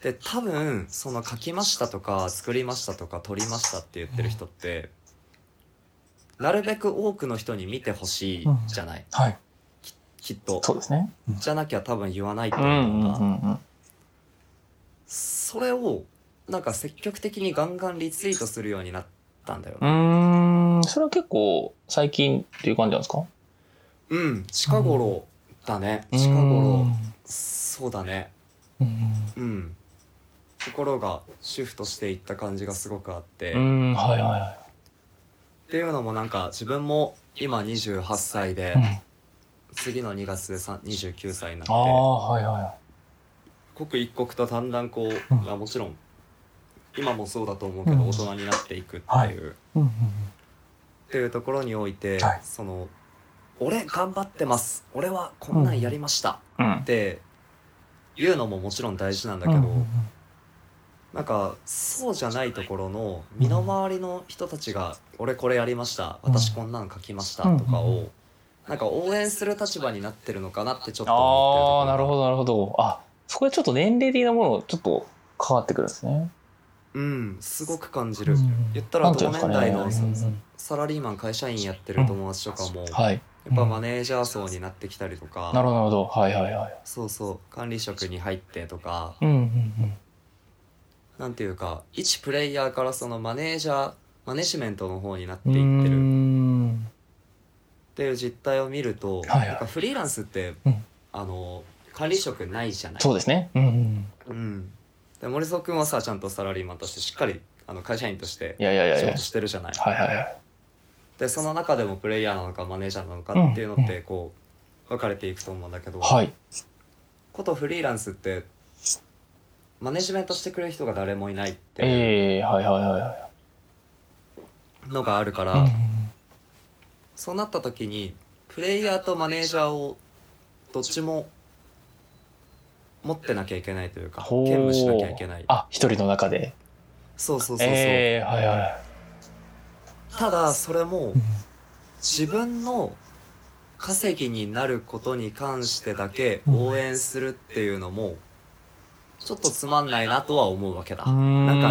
[SPEAKER 2] で多分その書きましたとか作りましたとか撮りましたって言ってる人ってなるべく多くの人に見てほしいじゃない、
[SPEAKER 3] はい。
[SPEAKER 2] きっと
[SPEAKER 3] そうですね。
[SPEAKER 2] じゃなきゃ多分言わないと
[SPEAKER 3] う
[SPEAKER 2] 思
[SPEAKER 3] んうん
[SPEAKER 2] う
[SPEAKER 3] う
[SPEAKER 2] か、
[SPEAKER 3] んうん。
[SPEAKER 2] それをなんか積極的にガンガンリツイートするようになったんだよ
[SPEAKER 3] う
[SPEAKER 2] ね
[SPEAKER 3] ーん、それは結構最近っていう感じなんですか
[SPEAKER 2] うん近頃だね近頃そうだね
[SPEAKER 3] うん。
[SPEAKER 2] うんところがシフトしていった感じがすごくあって、
[SPEAKER 3] うん、はいはいは
[SPEAKER 2] っていうのもなんか自分も今28歳
[SPEAKER 3] い。
[SPEAKER 2] で、
[SPEAKER 3] うん
[SPEAKER 2] 次の2月でさ29歳にな
[SPEAKER 3] あ
[SPEAKER 2] っ
[SPEAKER 3] あ、
[SPEAKER 2] て
[SPEAKER 3] はいはいはい。
[SPEAKER 2] 刻一刻とだんだんこう、
[SPEAKER 3] うん
[SPEAKER 2] まあもちろん今もそうだと思うけど、
[SPEAKER 3] うん
[SPEAKER 2] 大人になっていくっていう、
[SPEAKER 3] はい
[SPEAKER 2] っ
[SPEAKER 3] うんうんうん
[SPEAKER 2] ていうところにおいて、
[SPEAKER 3] はい
[SPEAKER 2] その「俺頑張ってます俺はこんなんやりました」
[SPEAKER 3] うん
[SPEAKER 2] っ。ていうのももちろん大事なんだけど、
[SPEAKER 3] うんうんうん
[SPEAKER 2] なんかそうじゃないところの身の回りの人たちが「俺これやりました
[SPEAKER 3] うん
[SPEAKER 2] 私こんなん書きました
[SPEAKER 3] う」ん
[SPEAKER 2] とかをなんか応援する立場になってるのかなってちょっと
[SPEAKER 3] あ
[SPEAKER 2] 思
[SPEAKER 3] あ、
[SPEAKER 2] って
[SPEAKER 3] なるほ
[SPEAKER 2] ど
[SPEAKER 3] ど、なるほど。あ、そこでちょっと年齢的なもの、ちょっと変わってくるんですね。
[SPEAKER 2] うんすごく感じる、
[SPEAKER 3] うん
[SPEAKER 2] 言ったら
[SPEAKER 3] なんていうんですかね
[SPEAKER 2] 同年代の
[SPEAKER 3] うんうん
[SPEAKER 2] サラリーマン会社員やってる友達とかも、やっ
[SPEAKER 3] はい。
[SPEAKER 2] ぱマネージャー層になってきたりとか、
[SPEAKER 3] なるほど、なるほど。はいはいはい。
[SPEAKER 2] そうそう管理職に入ってとか
[SPEAKER 3] うんうん
[SPEAKER 2] なんていうか一プレイヤーからそのマネージャーマネジメントの方になって
[SPEAKER 3] うん。うー
[SPEAKER 2] いってる
[SPEAKER 3] ん。
[SPEAKER 2] っていう実態を見ると、
[SPEAKER 3] はいはい
[SPEAKER 2] なんかフリーランスって、
[SPEAKER 3] うん
[SPEAKER 2] あの管理職ないじゃない
[SPEAKER 3] そうですね。うんうん。
[SPEAKER 2] うん、で森蔵君はさちゃんとサラリーマンとしてしっかりあの会社員として
[SPEAKER 3] いやいやいや
[SPEAKER 2] 仕
[SPEAKER 3] いや
[SPEAKER 2] 事。してるじゃない
[SPEAKER 3] はいはいはい。
[SPEAKER 2] でその中でもプレイヤーなのかマネージャーなのかっていうのっ
[SPEAKER 3] うん
[SPEAKER 2] てこう分かれていくと思うんだけど、
[SPEAKER 3] はい。
[SPEAKER 2] ことフリーランスってマネジメントしてくれる人が誰もいないって
[SPEAKER 3] ええはいはいはいは
[SPEAKER 2] のがあるから、
[SPEAKER 3] い。うん
[SPEAKER 2] そうなった時にプレイヤーとマネージャーをどっちも持ってなきゃいけないというか
[SPEAKER 3] ほう
[SPEAKER 2] 兼務しなきゃいけない
[SPEAKER 3] あ、一人の中で。
[SPEAKER 2] そうそうそうそう、
[SPEAKER 3] ええはいはいはい。
[SPEAKER 2] ただそれも自分の稼ぎになることに関してだけ応援するっていうのもちょっとつまんないなとは思うわけだ、
[SPEAKER 3] なん
[SPEAKER 2] か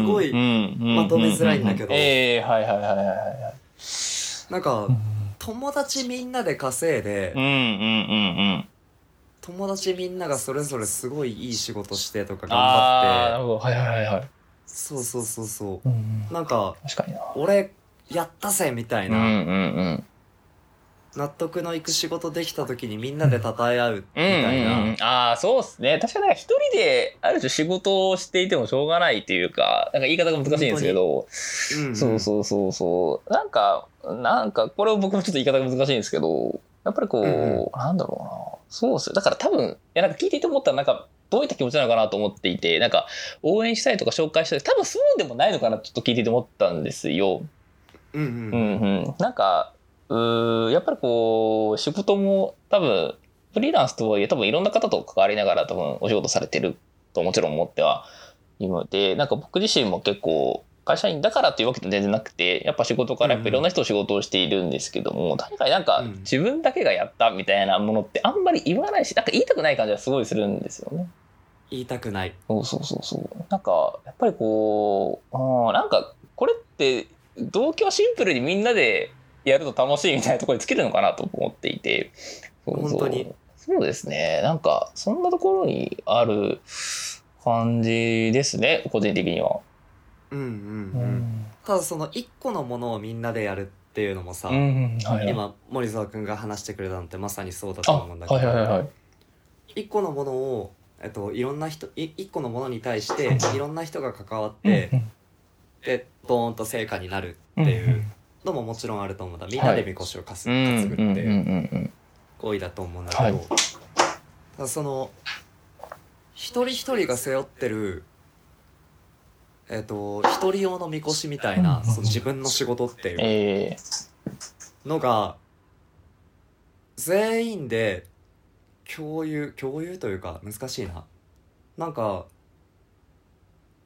[SPEAKER 2] すごい
[SPEAKER 3] ま
[SPEAKER 2] まとめづらいんだけど
[SPEAKER 3] ええはいはいはいはいはい。
[SPEAKER 2] なんか
[SPEAKER 3] うん
[SPEAKER 2] 友達みんなで稼いで、
[SPEAKER 3] うんうんうんうん。
[SPEAKER 2] 友達みんながそれぞれすごいいい仕事してとか頑
[SPEAKER 3] ああー、なる
[SPEAKER 2] 張っ
[SPEAKER 3] ほど。はいはいはいはい。
[SPEAKER 2] そうそうそうそ
[SPEAKER 1] うんうん
[SPEAKER 2] うなんか
[SPEAKER 3] 確かにな。
[SPEAKER 2] 俺やったぜみたい
[SPEAKER 3] うんう
[SPEAKER 2] な、
[SPEAKER 3] ん
[SPEAKER 2] 納得のいく仕事できた時にみんなで称え合うみ
[SPEAKER 3] うん。うん
[SPEAKER 2] たいな、
[SPEAKER 3] うんうん、ああ、そうっすね。確かになんか一人で、ある種仕事をしていてもしょうがないというか、なんか言い方が難しいんですけど、
[SPEAKER 2] うんうん
[SPEAKER 3] そうそうそうそう。なんか、なんか、これを僕もちょっと言い方が難しいんですけど、やっぱりこう、
[SPEAKER 2] うん
[SPEAKER 3] なんだろうな。そうっすよ。だから多分、いやなんか聞いていて思ったら、なんか、どういった気持ちなのかなと思っていて、なんか、応援したいとか紹介したい、多分そうでもないのかな、ちょっと聞いていて思ったんですよ。
[SPEAKER 2] うんうん
[SPEAKER 3] うんうん、なんかうーやっぱりこう仕事も多分フリーランスとはいえ多分いろんな方と関わりながら多分お仕事されてるともちろん思ってはいるのでなんか僕自身も結構会社員だからっていうわけでは全然なくてやっぱ仕事からやっぱいろんな人と仕事をしているんですけども誰かなんか
[SPEAKER 2] うん
[SPEAKER 3] 自分だけがやったみたいなものってあんまり言わないしなんか言いたくない感じはすごいするんですよね。
[SPEAKER 2] 言いたくない
[SPEAKER 3] そうそうそうそう。なんか、やっぱりこう、うん、なんか、これって、動機はシンプルにみんなでやると楽しいみたいなところにつけるのかなと思っていて。そうそう
[SPEAKER 2] 本当に。
[SPEAKER 3] そうですね。なんか、そんなところにある感じですね、個人的には。
[SPEAKER 2] うんうん
[SPEAKER 3] う
[SPEAKER 2] うん、
[SPEAKER 3] ん。
[SPEAKER 2] ただその一個のものをみんなでやるっていうのもさ、
[SPEAKER 3] うん、はい。
[SPEAKER 2] 今森沢君が話してくれたのってまさにそうだ
[SPEAKER 3] あ、
[SPEAKER 2] と思うんだけ
[SPEAKER 3] は
[SPEAKER 2] ど、
[SPEAKER 3] いはいはいはい。
[SPEAKER 2] 一個のものを、えっと、いろんな人い一個のものに対していろんな人が関わって、でドーンと成果になるっていうのももちろんあると思うんだみんなでみこしをかす、
[SPEAKER 3] うん
[SPEAKER 2] 担ぐ
[SPEAKER 3] うんうん
[SPEAKER 2] っ
[SPEAKER 3] うん
[SPEAKER 2] て
[SPEAKER 3] うん
[SPEAKER 2] 行為だと思うんだけど、
[SPEAKER 3] はい
[SPEAKER 2] ただその一人一人が背負ってるえっと一人用のみこしみたいな、
[SPEAKER 3] うん
[SPEAKER 2] その自分の仕事っていう
[SPEAKER 3] ええ
[SPEAKER 2] のが全員で共有共有というか難しいななんか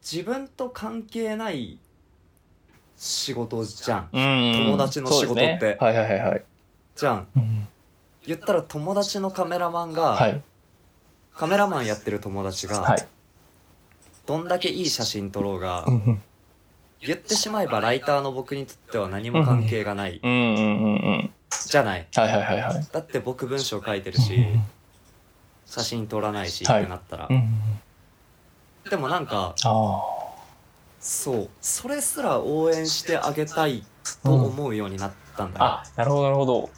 [SPEAKER 2] 自分と関係ない仕事じゃん
[SPEAKER 3] うんうん
[SPEAKER 2] 友達の仕事っ
[SPEAKER 3] そうで
[SPEAKER 2] て
[SPEAKER 3] すねはいはいはいはい。
[SPEAKER 2] じゃん言ったら友達のカメラマンが、
[SPEAKER 3] はい。
[SPEAKER 2] カメラマンやってる友達が、
[SPEAKER 3] はい。
[SPEAKER 2] どんだけいい写真撮ろうが、
[SPEAKER 3] うんうん
[SPEAKER 2] 言ってしまえばライターの僕にとっては何も関係がない、
[SPEAKER 3] うんうんうん。
[SPEAKER 2] じゃない
[SPEAKER 3] はいはいはいはい。
[SPEAKER 2] だって僕文章書いてるし写真撮らないし、
[SPEAKER 3] はい
[SPEAKER 2] ってなったら、
[SPEAKER 3] うんうんうん
[SPEAKER 2] でもなんか
[SPEAKER 3] あ
[SPEAKER 2] そうそれすら応援してあげたいと思うようになったんだ
[SPEAKER 3] あ。あ、なるほど、なるほど。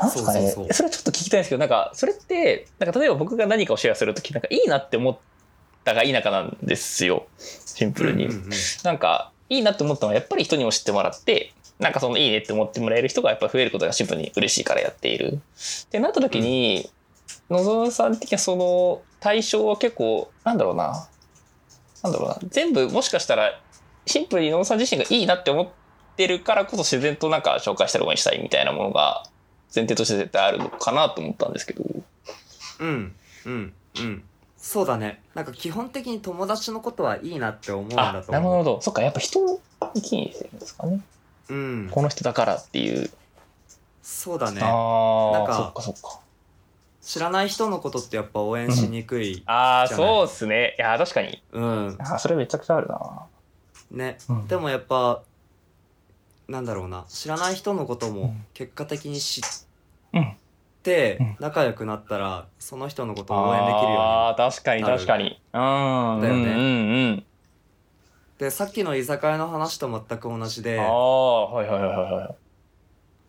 [SPEAKER 3] なんすかね
[SPEAKER 2] そうそうそう
[SPEAKER 3] えそれちょっと聞きたいんですけど、なんか、それって、なんか、例えば僕が何かをシェアするとき、なんか、いいなって思ったがいいなかなんですよ。シンプルに。
[SPEAKER 2] うんうんうん
[SPEAKER 3] なんか、いいなって思ったのは、やっぱり人にも知ってもらって、なんかそのいいねって思ってもらえる人がやっぱ増えることがシンプルに嬉しいからやっている。ってなった時に、のぞむさん的にはその対象は結構、なんだろうな。なんだろうな。全部もしかしたら、シンプルにのぞむさん自身がいいなって思ってるからこそ自然となんか紹介したり応援したいみたいなものが前提として絶対あるのかなと思ったんですけど。
[SPEAKER 2] うんうんうんそうだねなんか基本的に友達のことはいいなって思うんだ
[SPEAKER 3] あ、
[SPEAKER 2] と
[SPEAKER 3] なる
[SPEAKER 2] 思
[SPEAKER 3] ほ
[SPEAKER 2] う
[SPEAKER 3] ど。そっか、やっぱ人を気にしてるんですかね。
[SPEAKER 2] うん
[SPEAKER 3] この人だからっていう。
[SPEAKER 2] そうだねな
[SPEAKER 3] あ
[SPEAKER 2] ん
[SPEAKER 3] あ、
[SPEAKER 2] か
[SPEAKER 3] そっかそっか。
[SPEAKER 2] 知らない人のことってやっぱ応援しにくい、
[SPEAKER 3] ああ、
[SPEAKER 2] じゃない
[SPEAKER 3] そうっすね。いやー、確かに。
[SPEAKER 2] うん、
[SPEAKER 3] あーそれめちゃくちゃあるな。
[SPEAKER 2] ね
[SPEAKER 3] うん
[SPEAKER 2] でもやっぱなんだろうな知らない人のことも結果的に知って
[SPEAKER 3] うんうん
[SPEAKER 2] 仲良くなったらその人のことを応援できるようにな
[SPEAKER 3] あ
[SPEAKER 2] る
[SPEAKER 3] あ、確かに
[SPEAKER 2] なる
[SPEAKER 3] 確かに。うん。
[SPEAKER 2] だよね
[SPEAKER 3] うんうん
[SPEAKER 2] でさっきの居酒屋の話と全く同じ
[SPEAKER 3] うん。
[SPEAKER 2] で
[SPEAKER 3] ああ、はいはいはいはいはい。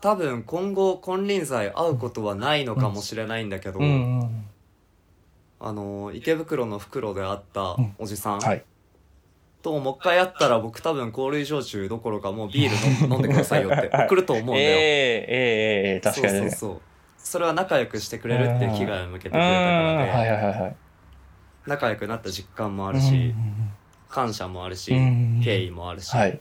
[SPEAKER 2] 多分今後金輪際会うことはないのかもしれないんだけど、
[SPEAKER 3] うん。
[SPEAKER 2] あの池袋の袋で会った
[SPEAKER 3] うん
[SPEAKER 2] おじさん、
[SPEAKER 3] はい
[SPEAKER 2] ともう一回会ったら僕多分香類焼酎どころかもうビー ルの飲んでくださいよって送ると思うん
[SPEAKER 3] えー、
[SPEAKER 2] だよ、
[SPEAKER 3] えー、えーえー、確かに。
[SPEAKER 2] そう
[SPEAKER 3] ね
[SPEAKER 2] そうそうそれは仲良くしてくれるっていう被害を向けてく
[SPEAKER 3] うん、
[SPEAKER 2] れた
[SPEAKER 3] は
[SPEAKER 2] か
[SPEAKER 3] い
[SPEAKER 2] ら
[SPEAKER 3] はい
[SPEAKER 2] で
[SPEAKER 3] はいはい。
[SPEAKER 2] 仲良くなった実感もあ
[SPEAKER 3] あ
[SPEAKER 2] るし感謝もあるし
[SPEAKER 3] うん
[SPEAKER 2] 敬意もあるし
[SPEAKER 3] はい。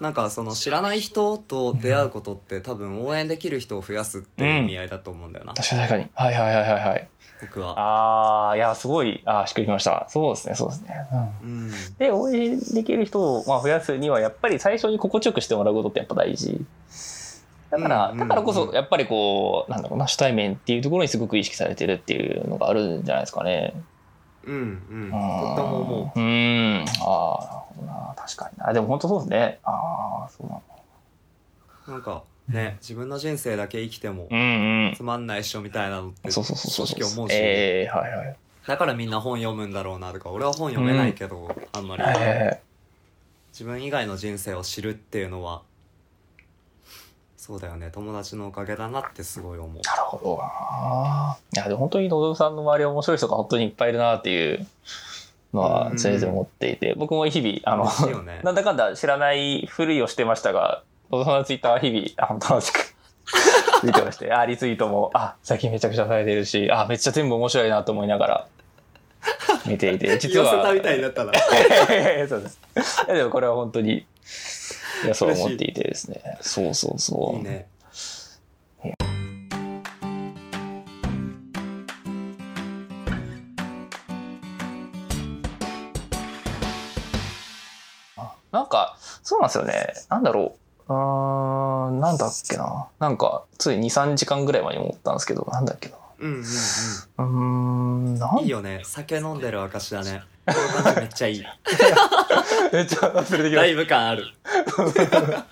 [SPEAKER 2] なんかその知らない人と出会うことって多分応援できる人を増やすっていう意味合いだと思うんだよな
[SPEAKER 3] 確かに確かに。はいはいはいはいはい。
[SPEAKER 2] 僕は
[SPEAKER 3] ああ、いや、すごい、ああ、しっくりきました。そうですね、そうですね。うん
[SPEAKER 2] うん
[SPEAKER 3] で、応援できる人をまあ増やすには、やっぱり最初に心地よくしてもらうことってやっぱ大事。だから、
[SPEAKER 2] うん
[SPEAKER 3] だからこ
[SPEAKER 2] うん
[SPEAKER 3] そ、
[SPEAKER 2] うん
[SPEAKER 3] やっぱりこう、なんだろうな、初対面っていうところにすごく意識されてるっていうのがあるんじゃないですかね。
[SPEAKER 2] うんうんとって
[SPEAKER 3] うん
[SPEAKER 2] も思
[SPEAKER 3] う。ん。ああ、なるほどな。確かにな。でも本当そうですね。ああ、そうなんだ。
[SPEAKER 2] うなんかね自分の人生だけ生きても
[SPEAKER 3] うんうん。
[SPEAKER 2] つまんないっしょみたいなのって
[SPEAKER 3] そうそうそうそう
[SPEAKER 2] 正
[SPEAKER 3] そう。
[SPEAKER 2] 直思うし
[SPEAKER 3] ええはいはい。
[SPEAKER 2] だからみんな本読むんだろうなとか俺は本読めないけど、あんまり
[SPEAKER 3] え
[SPEAKER 2] 自分以外の人生を知るっていうのはそうだよね友達のおかげだなってすごい思
[SPEAKER 3] ー
[SPEAKER 2] う
[SPEAKER 3] なるほどないやでも本当にのぞむさんの周りは面白い人が本当にいっぱいいるなっていうのは常々思っていて、僕も日々あの
[SPEAKER 2] 嬉しいよね
[SPEAKER 3] なんだかんだ知らないふるいをしてましたが、大人のツイッターは日々、あの、楽しく。ツイートまして、あ、リツイートも、あ、最近めちゃくちゃされてるし、あ、めっちゃ全部面白いなと思いながら、見てい て、実
[SPEAKER 2] 寄せた
[SPEAKER 3] は。
[SPEAKER 2] みたいになったら
[SPEAKER 3] そうです。いやでもこれは本当に、いや、そう思っていてですね。そうそうそう。
[SPEAKER 2] いいね
[SPEAKER 3] なんか、そうなんですよね。なんだろう。うーん、なんだっけな。なんか、つい2、3時間ぐらい前に思ったんですけど、なんだっけな。
[SPEAKER 2] うんうん
[SPEAKER 3] うーん、な
[SPEAKER 2] うんい
[SPEAKER 3] ん
[SPEAKER 2] いよね酒飲んでる証だねこの感じめっちゃいい
[SPEAKER 3] め っちゃ忘れてきま
[SPEAKER 2] ラ
[SPEAKER 3] し
[SPEAKER 2] イブ感ある
[SPEAKER 3] た。 なんだ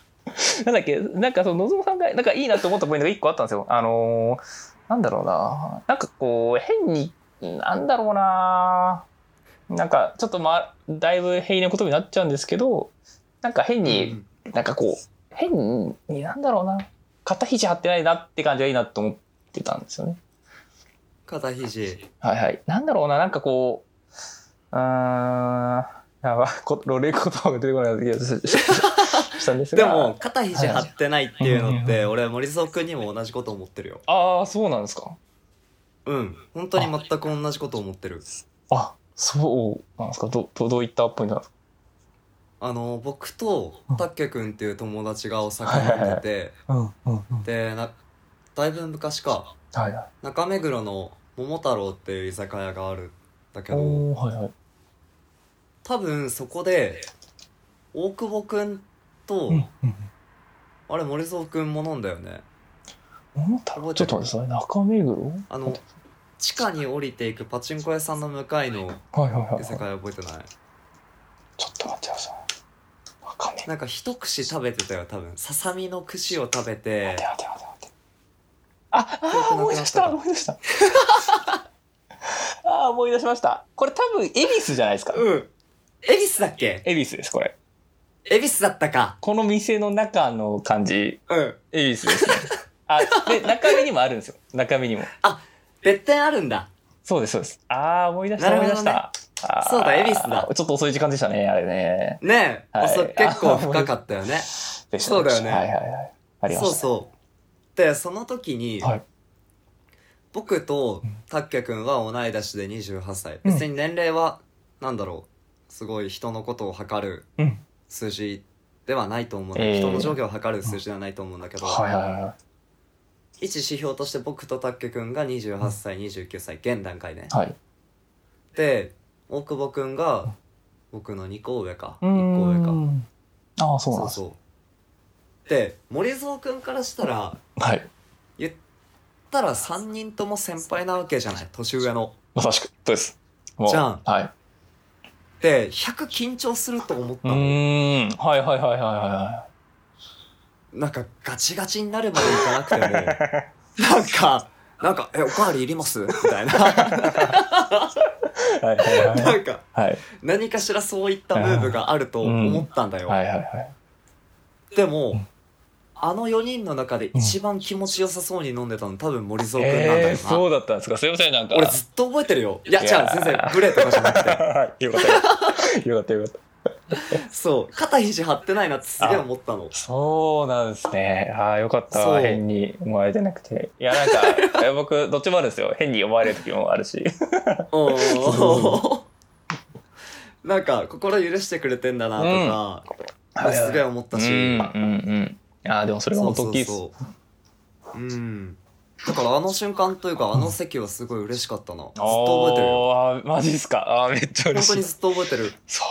[SPEAKER 3] っけ、なんかその、のぞむさんが、なんかいいなと思ったポイントが1個あったんですよ。あのー、なんだろうな。なんかこう、変に、なんだろうな。なんか、ちょっとまあ、だいぶ平易なことになっちゃうんですけど、なんか変に、
[SPEAKER 2] うん
[SPEAKER 3] なんかこう、変に、なんだろうな。肩肘張ってないなって感じがいいなと思ってたんですよね。
[SPEAKER 2] 肩肘
[SPEAKER 3] はいはい。なんだろうな、なんかこう、うーん、やばい、こロレ言葉が出てこない気が すしたんです
[SPEAKER 2] で
[SPEAKER 3] が。
[SPEAKER 2] も、肩肘張ってないっていうのって俺森蔵君にも同じこと思ってるよ
[SPEAKER 3] ああ、そうなんですか。
[SPEAKER 2] うん本当に全く同じこと思ってる
[SPEAKER 3] あ、そうなんですか。ど、どどういったポイントなんですか。
[SPEAKER 2] あの僕とたっけくんっていう友達がお酒飲んでて
[SPEAKER 3] うん、うん、うん。
[SPEAKER 2] でなだいぶ昔か
[SPEAKER 3] はいはい。
[SPEAKER 2] 中目黒の桃太郎っていう居酒屋があるんだけど
[SPEAKER 3] おーはいはい。
[SPEAKER 2] 多分そこで大久保くんと、
[SPEAKER 3] うん、うん。
[SPEAKER 2] あれ森蔵くんも飲んだよね
[SPEAKER 3] 桃太郎ちょっと待ってください。中目黒
[SPEAKER 2] あの地下に降りていくパチンコ屋さんの向かいの
[SPEAKER 3] はいはいはいは
[SPEAKER 2] 居
[SPEAKER 3] い。ちょ
[SPEAKER 2] 酒屋覚えてない
[SPEAKER 3] っと待ってください。中目
[SPEAKER 2] なんか一串食べてたよ多分ささみの串を食べ
[SPEAKER 3] 待
[SPEAKER 2] て
[SPEAKER 3] て待て待て待てああー
[SPEAKER 2] 記憶
[SPEAKER 3] 思
[SPEAKER 2] なくなった
[SPEAKER 3] い出した思い出した あー思い出しましたこれ多分恵比寿じゃないですか
[SPEAKER 2] うん恵比寿だっけ
[SPEAKER 3] 恵比寿ですこれ
[SPEAKER 2] 恵比寿だったか
[SPEAKER 3] この店の中の感じ
[SPEAKER 2] うん
[SPEAKER 3] 恵比寿 ですねあで中身にもあるんですよ中身にも
[SPEAKER 2] 別店あるんだ
[SPEAKER 3] そうですそうですああ思い出した
[SPEAKER 2] なる
[SPEAKER 3] 思
[SPEAKER 2] ほ
[SPEAKER 3] い
[SPEAKER 2] ど
[SPEAKER 3] 出
[SPEAKER 2] ね
[SPEAKER 3] した、あー
[SPEAKER 2] そうだ恵比寿だ
[SPEAKER 3] ちょっと遅い時間でしたねあれね
[SPEAKER 2] ねえ、
[SPEAKER 3] はい
[SPEAKER 2] 遅く 結構深かったよね
[SPEAKER 3] でした
[SPEAKER 2] そうだよね
[SPEAKER 3] はいはいはいありました
[SPEAKER 2] そうそうでその時に、
[SPEAKER 3] はい
[SPEAKER 2] 僕と
[SPEAKER 3] うん
[SPEAKER 2] たっけくんは同い年で28歳
[SPEAKER 3] うん
[SPEAKER 2] 別に年齢はなんだろうすごい人のことを測る
[SPEAKER 3] うん
[SPEAKER 2] 数字ではないと思うんだ、
[SPEAKER 3] ええ
[SPEAKER 2] 人の上下を測る数字ではないと思うんだけど、
[SPEAKER 3] はいはいはいは
[SPEAKER 2] 一指標として僕とたっけくんが28歳29歳現段階ね
[SPEAKER 3] いはい
[SPEAKER 2] で大久保くんが僕の2個上か
[SPEAKER 3] うー
[SPEAKER 2] 1個上か
[SPEAKER 3] んああそうなんで
[SPEAKER 2] そう
[SPEAKER 3] す
[SPEAKER 2] そうで森蔵くんからしたら
[SPEAKER 3] はい
[SPEAKER 2] 言ったら3人とも先輩なわけじゃない年上の
[SPEAKER 3] まさしくそうですもう
[SPEAKER 2] じゃん
[SPEAKER 3] はい
[SPEAKER 2] で100緊張すると思っ
[SPEAKER 3] う
[SPEAKER 2] たの
[SPEAKER 3] ーんはいはいはいはいは
[SPEAKER 2] なんかガチガチになるまでいかなくても なんかなんか「えおかわりいります?」みたいな
[SPEAKER 3] いはい。はいはいは。
[SPEAKER 2] ないんか
[SPEAKER 3] はい
[SPEAKER 2] 何かしらそういったムーブがあると思ったんだよ、
[SPEAKER 3] はいはいはい。
[SPEAKER 2] で
[SPEAKER 3] う
[SPEAKER 2] も
[SPEAKER 3] ん
[SPEAKER 2] あの4人の中で一番気持ちよさそうに飲んでたの多分森蔵くんなんだよな、
[SPEAKER 3] えー、そうだったんですか。すいません、なんか。
[SPEAKER 2] 俺ずっと覚えてるよいや
[SPEAKER 3] い
[SPEAKER 2] 違う
[SPEAKER 3] やー
[SPEAKER 2] 全然ブレとかじゃなく て
[SPEAKER 3] はいよかったよ。よかったよかった。
[SPEAKER 2] そう肩肘張ってないなってすげえ思ったの
[SPEAKER 3] そうなんですね。ああ、よかったわ。
[SPEAKER 2] そう
[SPEAKER 3] 変に思われてなくて。いや、なんか、え 僕、どっちもあるんですよ。変に思われる時もあるし。
[SPEAKER 2] おー なんか心許してくれてんだなとか、すげえ思ったし、
[SPEAKER 3] うん、うん、うん。ああ、でもそれが本当大きいです。
[SPEAKER 2] そううんだからあの瞬間というかあの席はすごい嬉しかったなずっと覚えてるよ
[SPEAKER 3] あーあー、マジですか。ああ、めっちゃ
[SPEAKER 2] 本当
[SPEAKER 3] 嬉
[SPEAKER 2] に
[SPEAKER 3] しい。
[SPEAKER 2] ずっと覚えてる
[SPEAKER 3] そ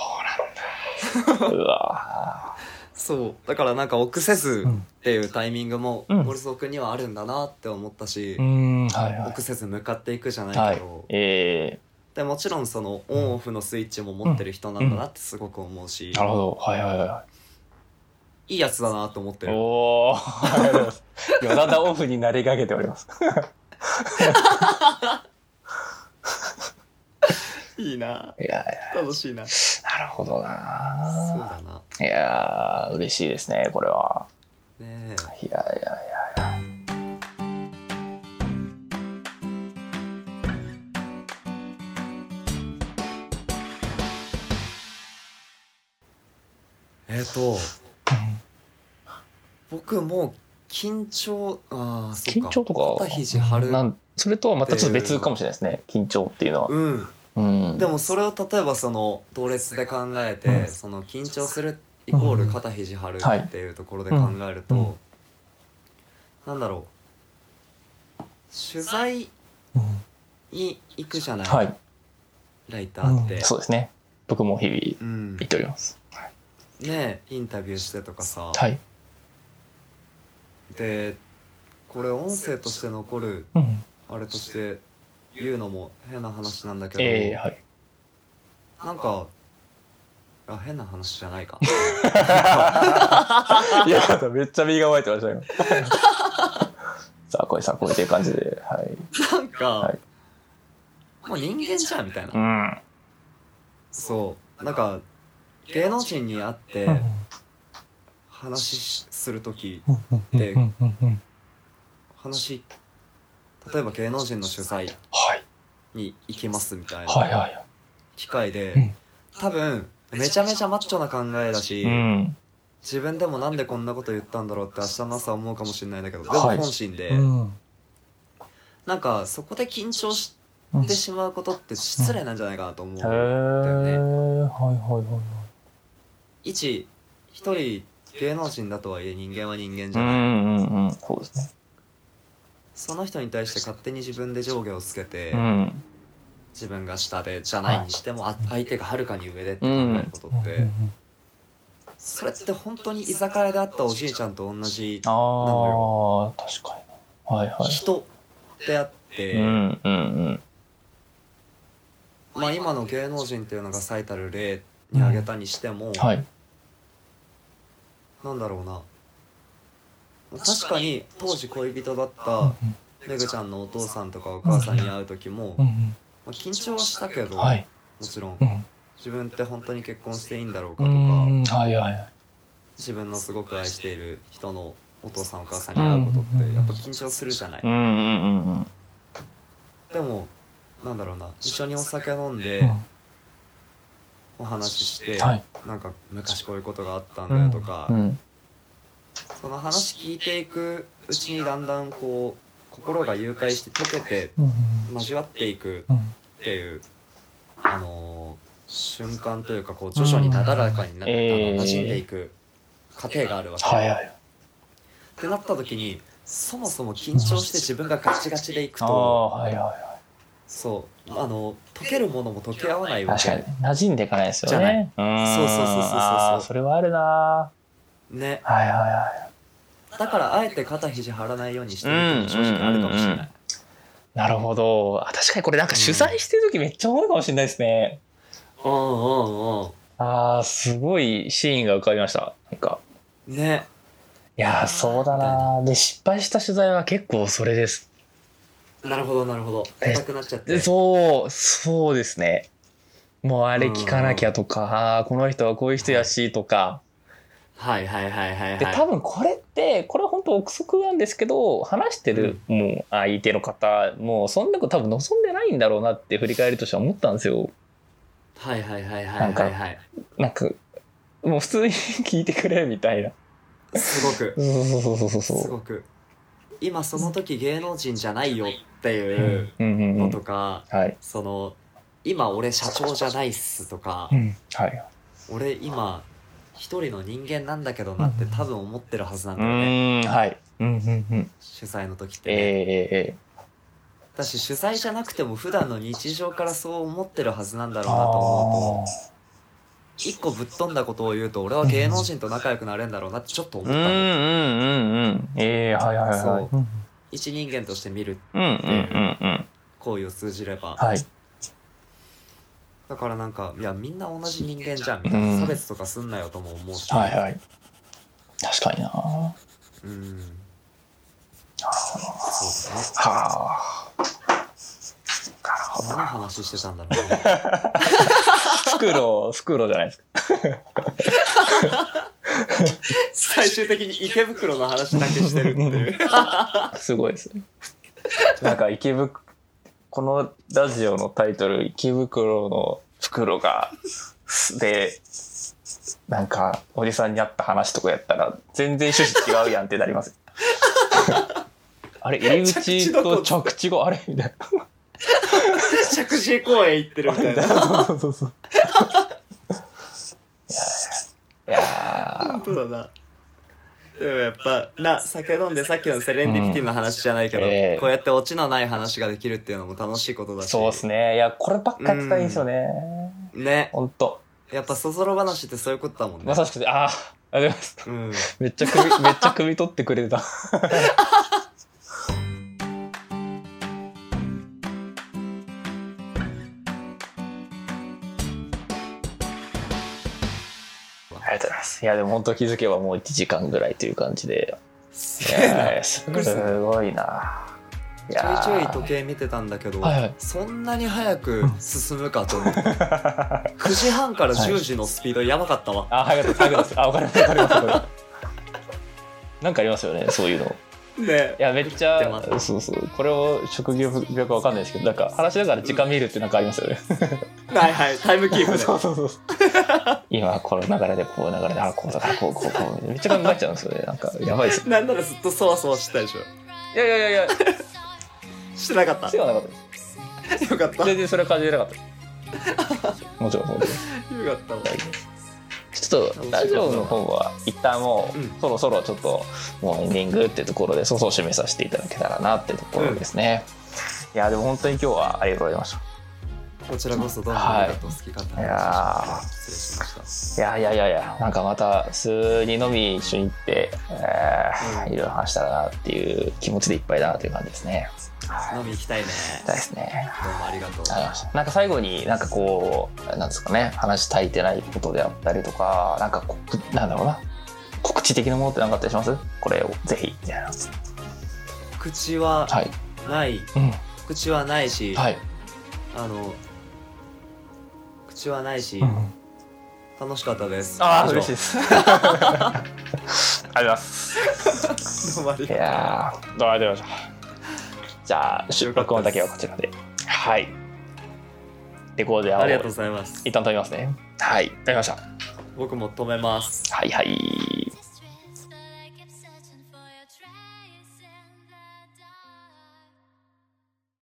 [SPEAKER 3] うなん だ。うわ
[SPEAKER 2] そうだからなんか臆せず
[SPEAKER 3] うん
[SPEAKER 2] っていうタイミングも
[SPEAKER 3] うん
[SPEAKER 2] 森蔵君にはあるんだなって思ったし、
[SPEAKER 3] ー。うーん、はいはい。
[SPEAKER 2] 臆せず向かっていくじゃな
[SPEAKER 3] はいい
[SPEAKER 2] けど、。
[SPEAKER 3] え
[SPEAKER 2] でもちろんそのオンオフのスイッチも持ってる人なんだなってすごく思うし
[SPEAKER 3] ー、、なるほど。はいはいはい。
[SPEAKER 2] いいやつだなと思ってる
[SPEAKER 3] おお、ありがとうござい ます。今だんだんオフになりかけております。
[SPEAKER 2] いいない
[SPEAKER 3] やいや、
[SPEAKER 2] 楽しいなそ
[SPEAKER 3] なるほど
[SPEAKER 2] う
[SPEAKER 3] な。
[SPEAKER 2] だない
[SPEAKER 3] やー、嬉しいですね、これは。
[SPEAKER 2] ねえ
[SPEAKER 3] いやいやいやいや。
[SPEAKER 2] えっ、と僕もう緊張ああそっ
[SPEAKER 3] 緊
[SPEAKER 2] か
[SPEAKER 3] 張とか
[SPEAKER 2] 肩肘張る
[SPEAKER 3] なんそれとはまたちょっと別かもしれないですね緊張っていうのは、
[SPEAKER 2] うん
[SPEAKER 3] うん、
[SPEAKER 2] でもそれを例えばその同列で考えて、
[SPEAKER 3] うん
[SPEAKER 2] その緊張するイコール肩肘張る
[SPEAKER 3] はい
[SPEAKER 2] っていうところで考えると、
[SPEAKER 1] うん
[SPEAKER 2] なんだろう取材に行くじゃない、
[SPEAKER 3] はい
[SPEAKER 2] ライターって、
[SPEAKER 3] そうですね僕も日々行
[SPEAKER 2] うんね
[SPEAKER 3] っております
[SPEAKER 2] えインタビューしてとかさ、
[SPEAKER 3] はい、
[SPEAKER 2] でこれ音声として残る
[SPEAKER 1] うん。
[SPEAKER 2] あれとして言うのも変な話なんだけど、
[SPEAKER 3] ええはい
[SPEAKER 2] なんかあ変な話じゃないか
[SPEAKER 3] いやなんかめっちゃ身が湧いてましたよ さあこれさあこれっていう感じではい
[SPEAKER 2] なんか、
[SPEAKER 3] はい
[SPEAKER 2] もう人間じゃんみたいな
[SPEAKER 3] うん
[SPEAKER 2] そうなんか芸能人に会って
[SPEAKER 1] うん
[SPEAKER 2] 話しする時
[SPEAKER 1] うんうんうんうん
[SPEAKER 2] 話例えば芸能人の取材
[SPEAKER 3] はい
[SPEAKER 2] に行きますみたい
[SPEAKER 3] は
[SPEAKER 2] ない
[SPEAKER 3] は
[SPEAKER 2] 機会で、
[SPEAKER 1] うん
[SPEAKER 2] 多分めちゃめちゃマッチョな考えだし、
[SPEAKER 3] いうん
[SPEAKER 2] 自分でもなんでこんなこと言ったんだろうって明日の朝思うかもしれないんだけどでも
[SPEAKER 3] はい
[SPEAKER 2] 本心で、
[SPEAKER 1] うん
[SPEAKER 2] なんかそこで緊張し
[SPEAKER 1] うん
[SPEAKER 2] てしまうことって失礼なんじゃないかなと思
[SPEAKER 3] へえ、
[SPEAKER 2] う。
[SPEAKER 3] はいはいはいはい
[SPEAKER 2] 一一人芸能人だとはいえ人間は人間じ
[SPEAKER 3] う
[SPEAKER 2] ゃない、
[SPEAKER 3] んうんうんそうですね
[SPEAKER 2] その人に対して勝手に自分で上下をつけて、
[SPEAKER 3] うん
[SPEAKER 2] 自分が下でじゃないにしても、あ相手がはるかに上でって考えることって、それって本当に居酒屋で会ったおじいちゃんと同じ
[SPEAKER 3] ああ確かにはいはい
[SPEAKER 2] 人であって、
[SPEAKER 3] うんうん
[SPEAKER 2] まあ、今の芸能人っていうのが最たる例に挙げたにしても、
[SPEAKER 3] うんはい
[SPEAKER 2] なんだろうな確かに当時恋人だっためぐちゃんのお父さんとかお母さんに会う時も、
[SPEAKER 1] う
[SPEAKER 2] ま
[SPEAKER 1] ん
[SPEAKER 2] あ、緊張はしたけど、
[SPEAKER 3] はい
[SPEAKER 2] もちろん
[SPEAKER 1] うん
[SPEAKER 2] 自分って本当に結婚していいんだろうか
[SPEAKER 1] う
[SPEAKER 2] とか。
[SPEAKER 1] ん
[SPEAKER 3] はいはい
[SPEAKER 2] 自分のすごく愛している人のお父さんお母さんに会うこと
[SPEAKER 1] うんうん
[SPEAKER 2] っ
[SPEAKER 1] うん
[SPEAKER 2] てやっぱ緊張するじゃない、
[SPEAKER 3] うんうんうんうん
[SPEAKER 2] でもなんだろうな一緒にお酒飲んで
[SPEAKER 1] うん
[SPEAKER 2] お話しして、
[SPEAKER 3] はい
[SPEAKER 2] なんか昔こういうことがあったんだよとか、
[SPEAKER 3] うん
[SPEAKER 2] その話聞いていくうちにだんだんこう心が誘拐して溶けて
[SPEAKER 1] うん
[SPEAKER 2] 交わっていく
[SPEAKER 1] うん
[SPEAKER 2] っていう、あのー瞬間というかこう徐々になだらかにな、
[SPEAKER 3] うん
[SPEAKER 2] あの
[SPEAKER 3] えー
[SPEAKER 2] 馴染んでいく過程があるわけ、
[SPEAKER 3] はいはい
[SPEAKER 2] ってなった時にそもそも緊張して自分がガチガチでいく
[SPEAKER 3] あ
[SPEAKER 2] と
[SPEAKER 3] あはいは
[SPEAKER 2] そうあの溶けるものも溶け合わない
[SPEAKER 3] い
[SPEAKER 2] わ
[SPEAKER 3] 確
[SPEAKER 2] け
[SPEAKER 3] かに馴染んでいかないですよねうん
[SPEAKER 2] そうそうそうそうそう
[SPEAKER 3] あーそれはあるな
[SPEAKER 2] ね
[SPEAKER 3] はいはいはい
[SPEAKER 2] だからあえて肩肘張らないようにしてるっていうのも正直あるかもしれない、
[SPEAKER 3] なるほどあ確かにこれなんか取材してる時めっちゃ多いかもしれないですね
[SPEAKER 2] うん、うんうん
[SPEAKER 3] あーすごいシーンが浮かびましたなんか
[SPEAKER 2] ね
[SPEAKER 3] いやーそうだなで失敗した取材は結構それです
[SPEAKER 2] なるほどなるほど
[SPEAKER 3] え
[SPEAKER 2] 硬くなっちゃって
[SPEAKER 3] でそう、そうですね。もうあれ聞かなきゃとか、ああー、この人はこういう人やしとか。
[SPEAKER 2] はいはいはいはい
[SPEAKER 3] で、
[SPEAKER 2] はい
[SPEAKER 3] 多分これって、これは本当憶測なんですけど、話してる、もう相手の方、もうそんなこと多分望んでないんだろうなって振り返りとしては思ったんですよ。
[SPEAKER 2] はいはいはいは
[SPEAKER 3] ないんか
[SPEAKER 2] はいはい
[SPEAKER 3] なんか、もう普通に聞いてくれみたいな。
[SPEAKER 2] すごく
[SPEAKER 3] そうそうそうそう
[SPEAKER 2] す
[SPEAKER 3] そ
[SPEAKER 2] ごく今その時芸能人じゃないよっていう
[SPEAKER 3] う。うんうんう
[SPEAKER 2] の
[SPEAKER 3] ん。
[SPEAKER 2] とか、
[SPEAKER 3] はい。
[SPEAKER 2] その今俺社長じゃないっすとか、
[SPEAKER 1] うん
[SPEAKER 3] はい。
[SPEAKER 2] 俺今一人の人間なんだけどなって多分思ってるはずなん
[SPEAKER 3] う
[SPEAKER 2] だよね
[SPEAKER 3] ーん、はい。
[SPEAKER 1] うんうんうん
[SPEAKER 2] 主催の時っ
[SPEAKER 3] え
[SPEAKER 2] て、
[SPEAKER 3] ー、え
[SPEAKER 2] ねだし主催じゃなくても普段の日常からそう思ってるはずなんだ
[SPEAKER 3] ー、えー。
[SPEAKER 2] ろうなと
[SPEAKER 3] あ
[SPEAKER 2] 思うと一個ぶっ飛んだことを言うと俺は芸能人と仲良くなれるんだろうなってちょっと思
[SPEAKER 3] ー
[SPEAKER 2] っ
[SPEAKER 3] う
[SPEAKER 2] たの、
[SPEAKER 3] んうんうんうん。ええー、はいはいはい。
[SPEAKER 2] そう
[SPEAKER 1] うん
[SPEAKER 2] 一人間として見る
[SPEAKER 3] うんうんうんうん。
[SPEAKER 2] 行為を通じれば、
[SPEAKER 3] はい。
[SPEAKER 2] だからなんかいやみんな同じ人間じゃんみたい
[SPEAKER 3] うん
[SPEAKER 2] な差別とかすんなよとも思うし、
[SPEAKER 3] はいはい。確かにな。は
[SPEAKER 2] うんそうだね
[SPEAKER 3] あ。なるほど
[SPEAKER 2] 何の話してたんだろう
[SPEAKER 3] 袋、袋じゃないですか。
[SPEAKER 2] 最終的に池袋の話だけしてるっていう
[SPEAKER 3] すごいですね。なんか池袋、このラジオのタイトル、池袋の袋が、で、なんか、おじさんに会った話とかやったら、全然趣旨違うやんってなります。あれ、入り口と着地後、あれみたいな。
[SPEAKER 2] 着地公園行ってるみたいな
[SPEAKER 3] そうそうそう。いやーいや
[SPEAKER 2] 本当だなでもやっぱな酒飲んでさっきのセレンディピティの話じゃないけど、
[SPEAKER 3] うんええ
[SPEAKER 2] こうやってオチのない話ができるっていうのも楽しいことだ
[SPEAKER 3] ー
[SPEAKER 2] し
[SPEAKER 3] そうですね。いや、こればっかやってたらいいんですよね。
[SPEAKER 2] ね
[SPEAKER 3] ほんと。
[SPEAKER 2] やっぱそぞろ話ってそういうことだもんね
[SPEAKER 3] ま、さしくて、ああ、ありがとうございます。
[SPEAKER 2] うん
[SPEAKER 3] めっちゃ首、 めっちゃ首取ってくれた。ありがとうございます。いや、でも本当気づけばもう1時間ぐらいという感じ で。いやーすごいな。い
[SPEAKER 2] ちょい
[SPEAKER 3] や
[SPEAKER 2] ちょい
[SPEAKER 3] ー
[SPEAKER 2] 時計見てたんだけど、
[SPEAKER 3] はいはい
[SPEAKER 2] そんなに早く進むかと思って9時半から10時のスピードやばかったわ、
[SPEAKER 3] あ、早かった、早かった。あ、わかります、わかりますわかります。なんかありますよね、そういうの。
[SPEAKER 2] ね
[SPEAKER 3] いやめっち
[SPEAKER 2] 言っ
[SPEAKER 3] ゃ
[SPEAKER 2] てま
[SPEAKER 3] そうそうこれを職業病かわかんないですけどなんか話しながら時間見るってなんかありますよね、
[SPEAKER 2] はいはいタイムキープで
[SPEAKER 3] そうそうそう今この流れでこう流れであこうだからこうこうこうめっちゃ考えちゃうんですよねなんかやばいです
[SPEAKER 2] なんならずっとそわそわしてたでしょ
[SPEAKER 3] いやいやいやいや
[SPEAKER 2] してなかった
[SPEAKER 3] 必要はなかったです
[SPEAKER 2] よかったよ
[SPEAKER 3] 全然それは感じれなかったですもちろんそうです
[SPEAKER 2] かったわ
[SPEAKER 3] ちょっとラジオの方は一旦もう、
[SPEAKER 2] うん
[SPEAKER 3] そろそろちょっともうエンディングってところでそうそう締めさせていただけたらなってところですね、いやでも本当に今日はありがとうございました
[SPEAKER 2] こちらこそどうもありがとう、好き勝手な話
[SPEAKER 3] いやー
[SPEAKER 2] 失礼しました
[SPEAKER 3] いやいやいやいや、なんかまた、普通に飲み一緒に行って、えー
[SPEAKER 2] うん
[SPEAKER 3] いろいろ話したらなっていう気持ちでいっぱいだなという感じですね。
[SPEAKER 2] 飲み行きたいね。
[SPEAKER 3] 行きたいですね。
[SPEAKER 2] どうもありが
[SPEAKER 3] ありがとう
[SPEAKER 2] とう。
[SPEAKER 3] ございましたなんか最後になんかこう、なんですかね、話足りてないことであったりとか、なんか告、なんだろうな、告知的なものって何かあったりしますこれをぜひ、みたいな。
[SPEAKER 2] 口は
[SPEAKER 3] はい。
[SPEAKER 2] ない、
[SPEAKER 3] うん。
[SPEAKER 2] 口はないし、
[SPEAKER 3] はい。
[SPEAKER 2] あの、口はないし、楽しかったです。
[SPEAKER 3] ああ、
[SPEAKER 2] 以上
[SPEAKER 3] 嬉しいです。 ありがとうございます。
[SPEAKER 2] どうもあり
[SPEAKER 3] い
[SPEAKER 2] がとう。
[SPEAKER 3] やー、どうもありがとうございました。じゃあ、出録音だけはこちらで。はい。レコーディア
[SPEAKER 2] ありがとう
[SPEAKER 3] を
[SPEAKER 2] ございます
[SPEAKER 3] 一。旦止めますね。はい、止めました。
[SPEAKER 2] 僕も止めます。
[SPEAKER 3] はいはい。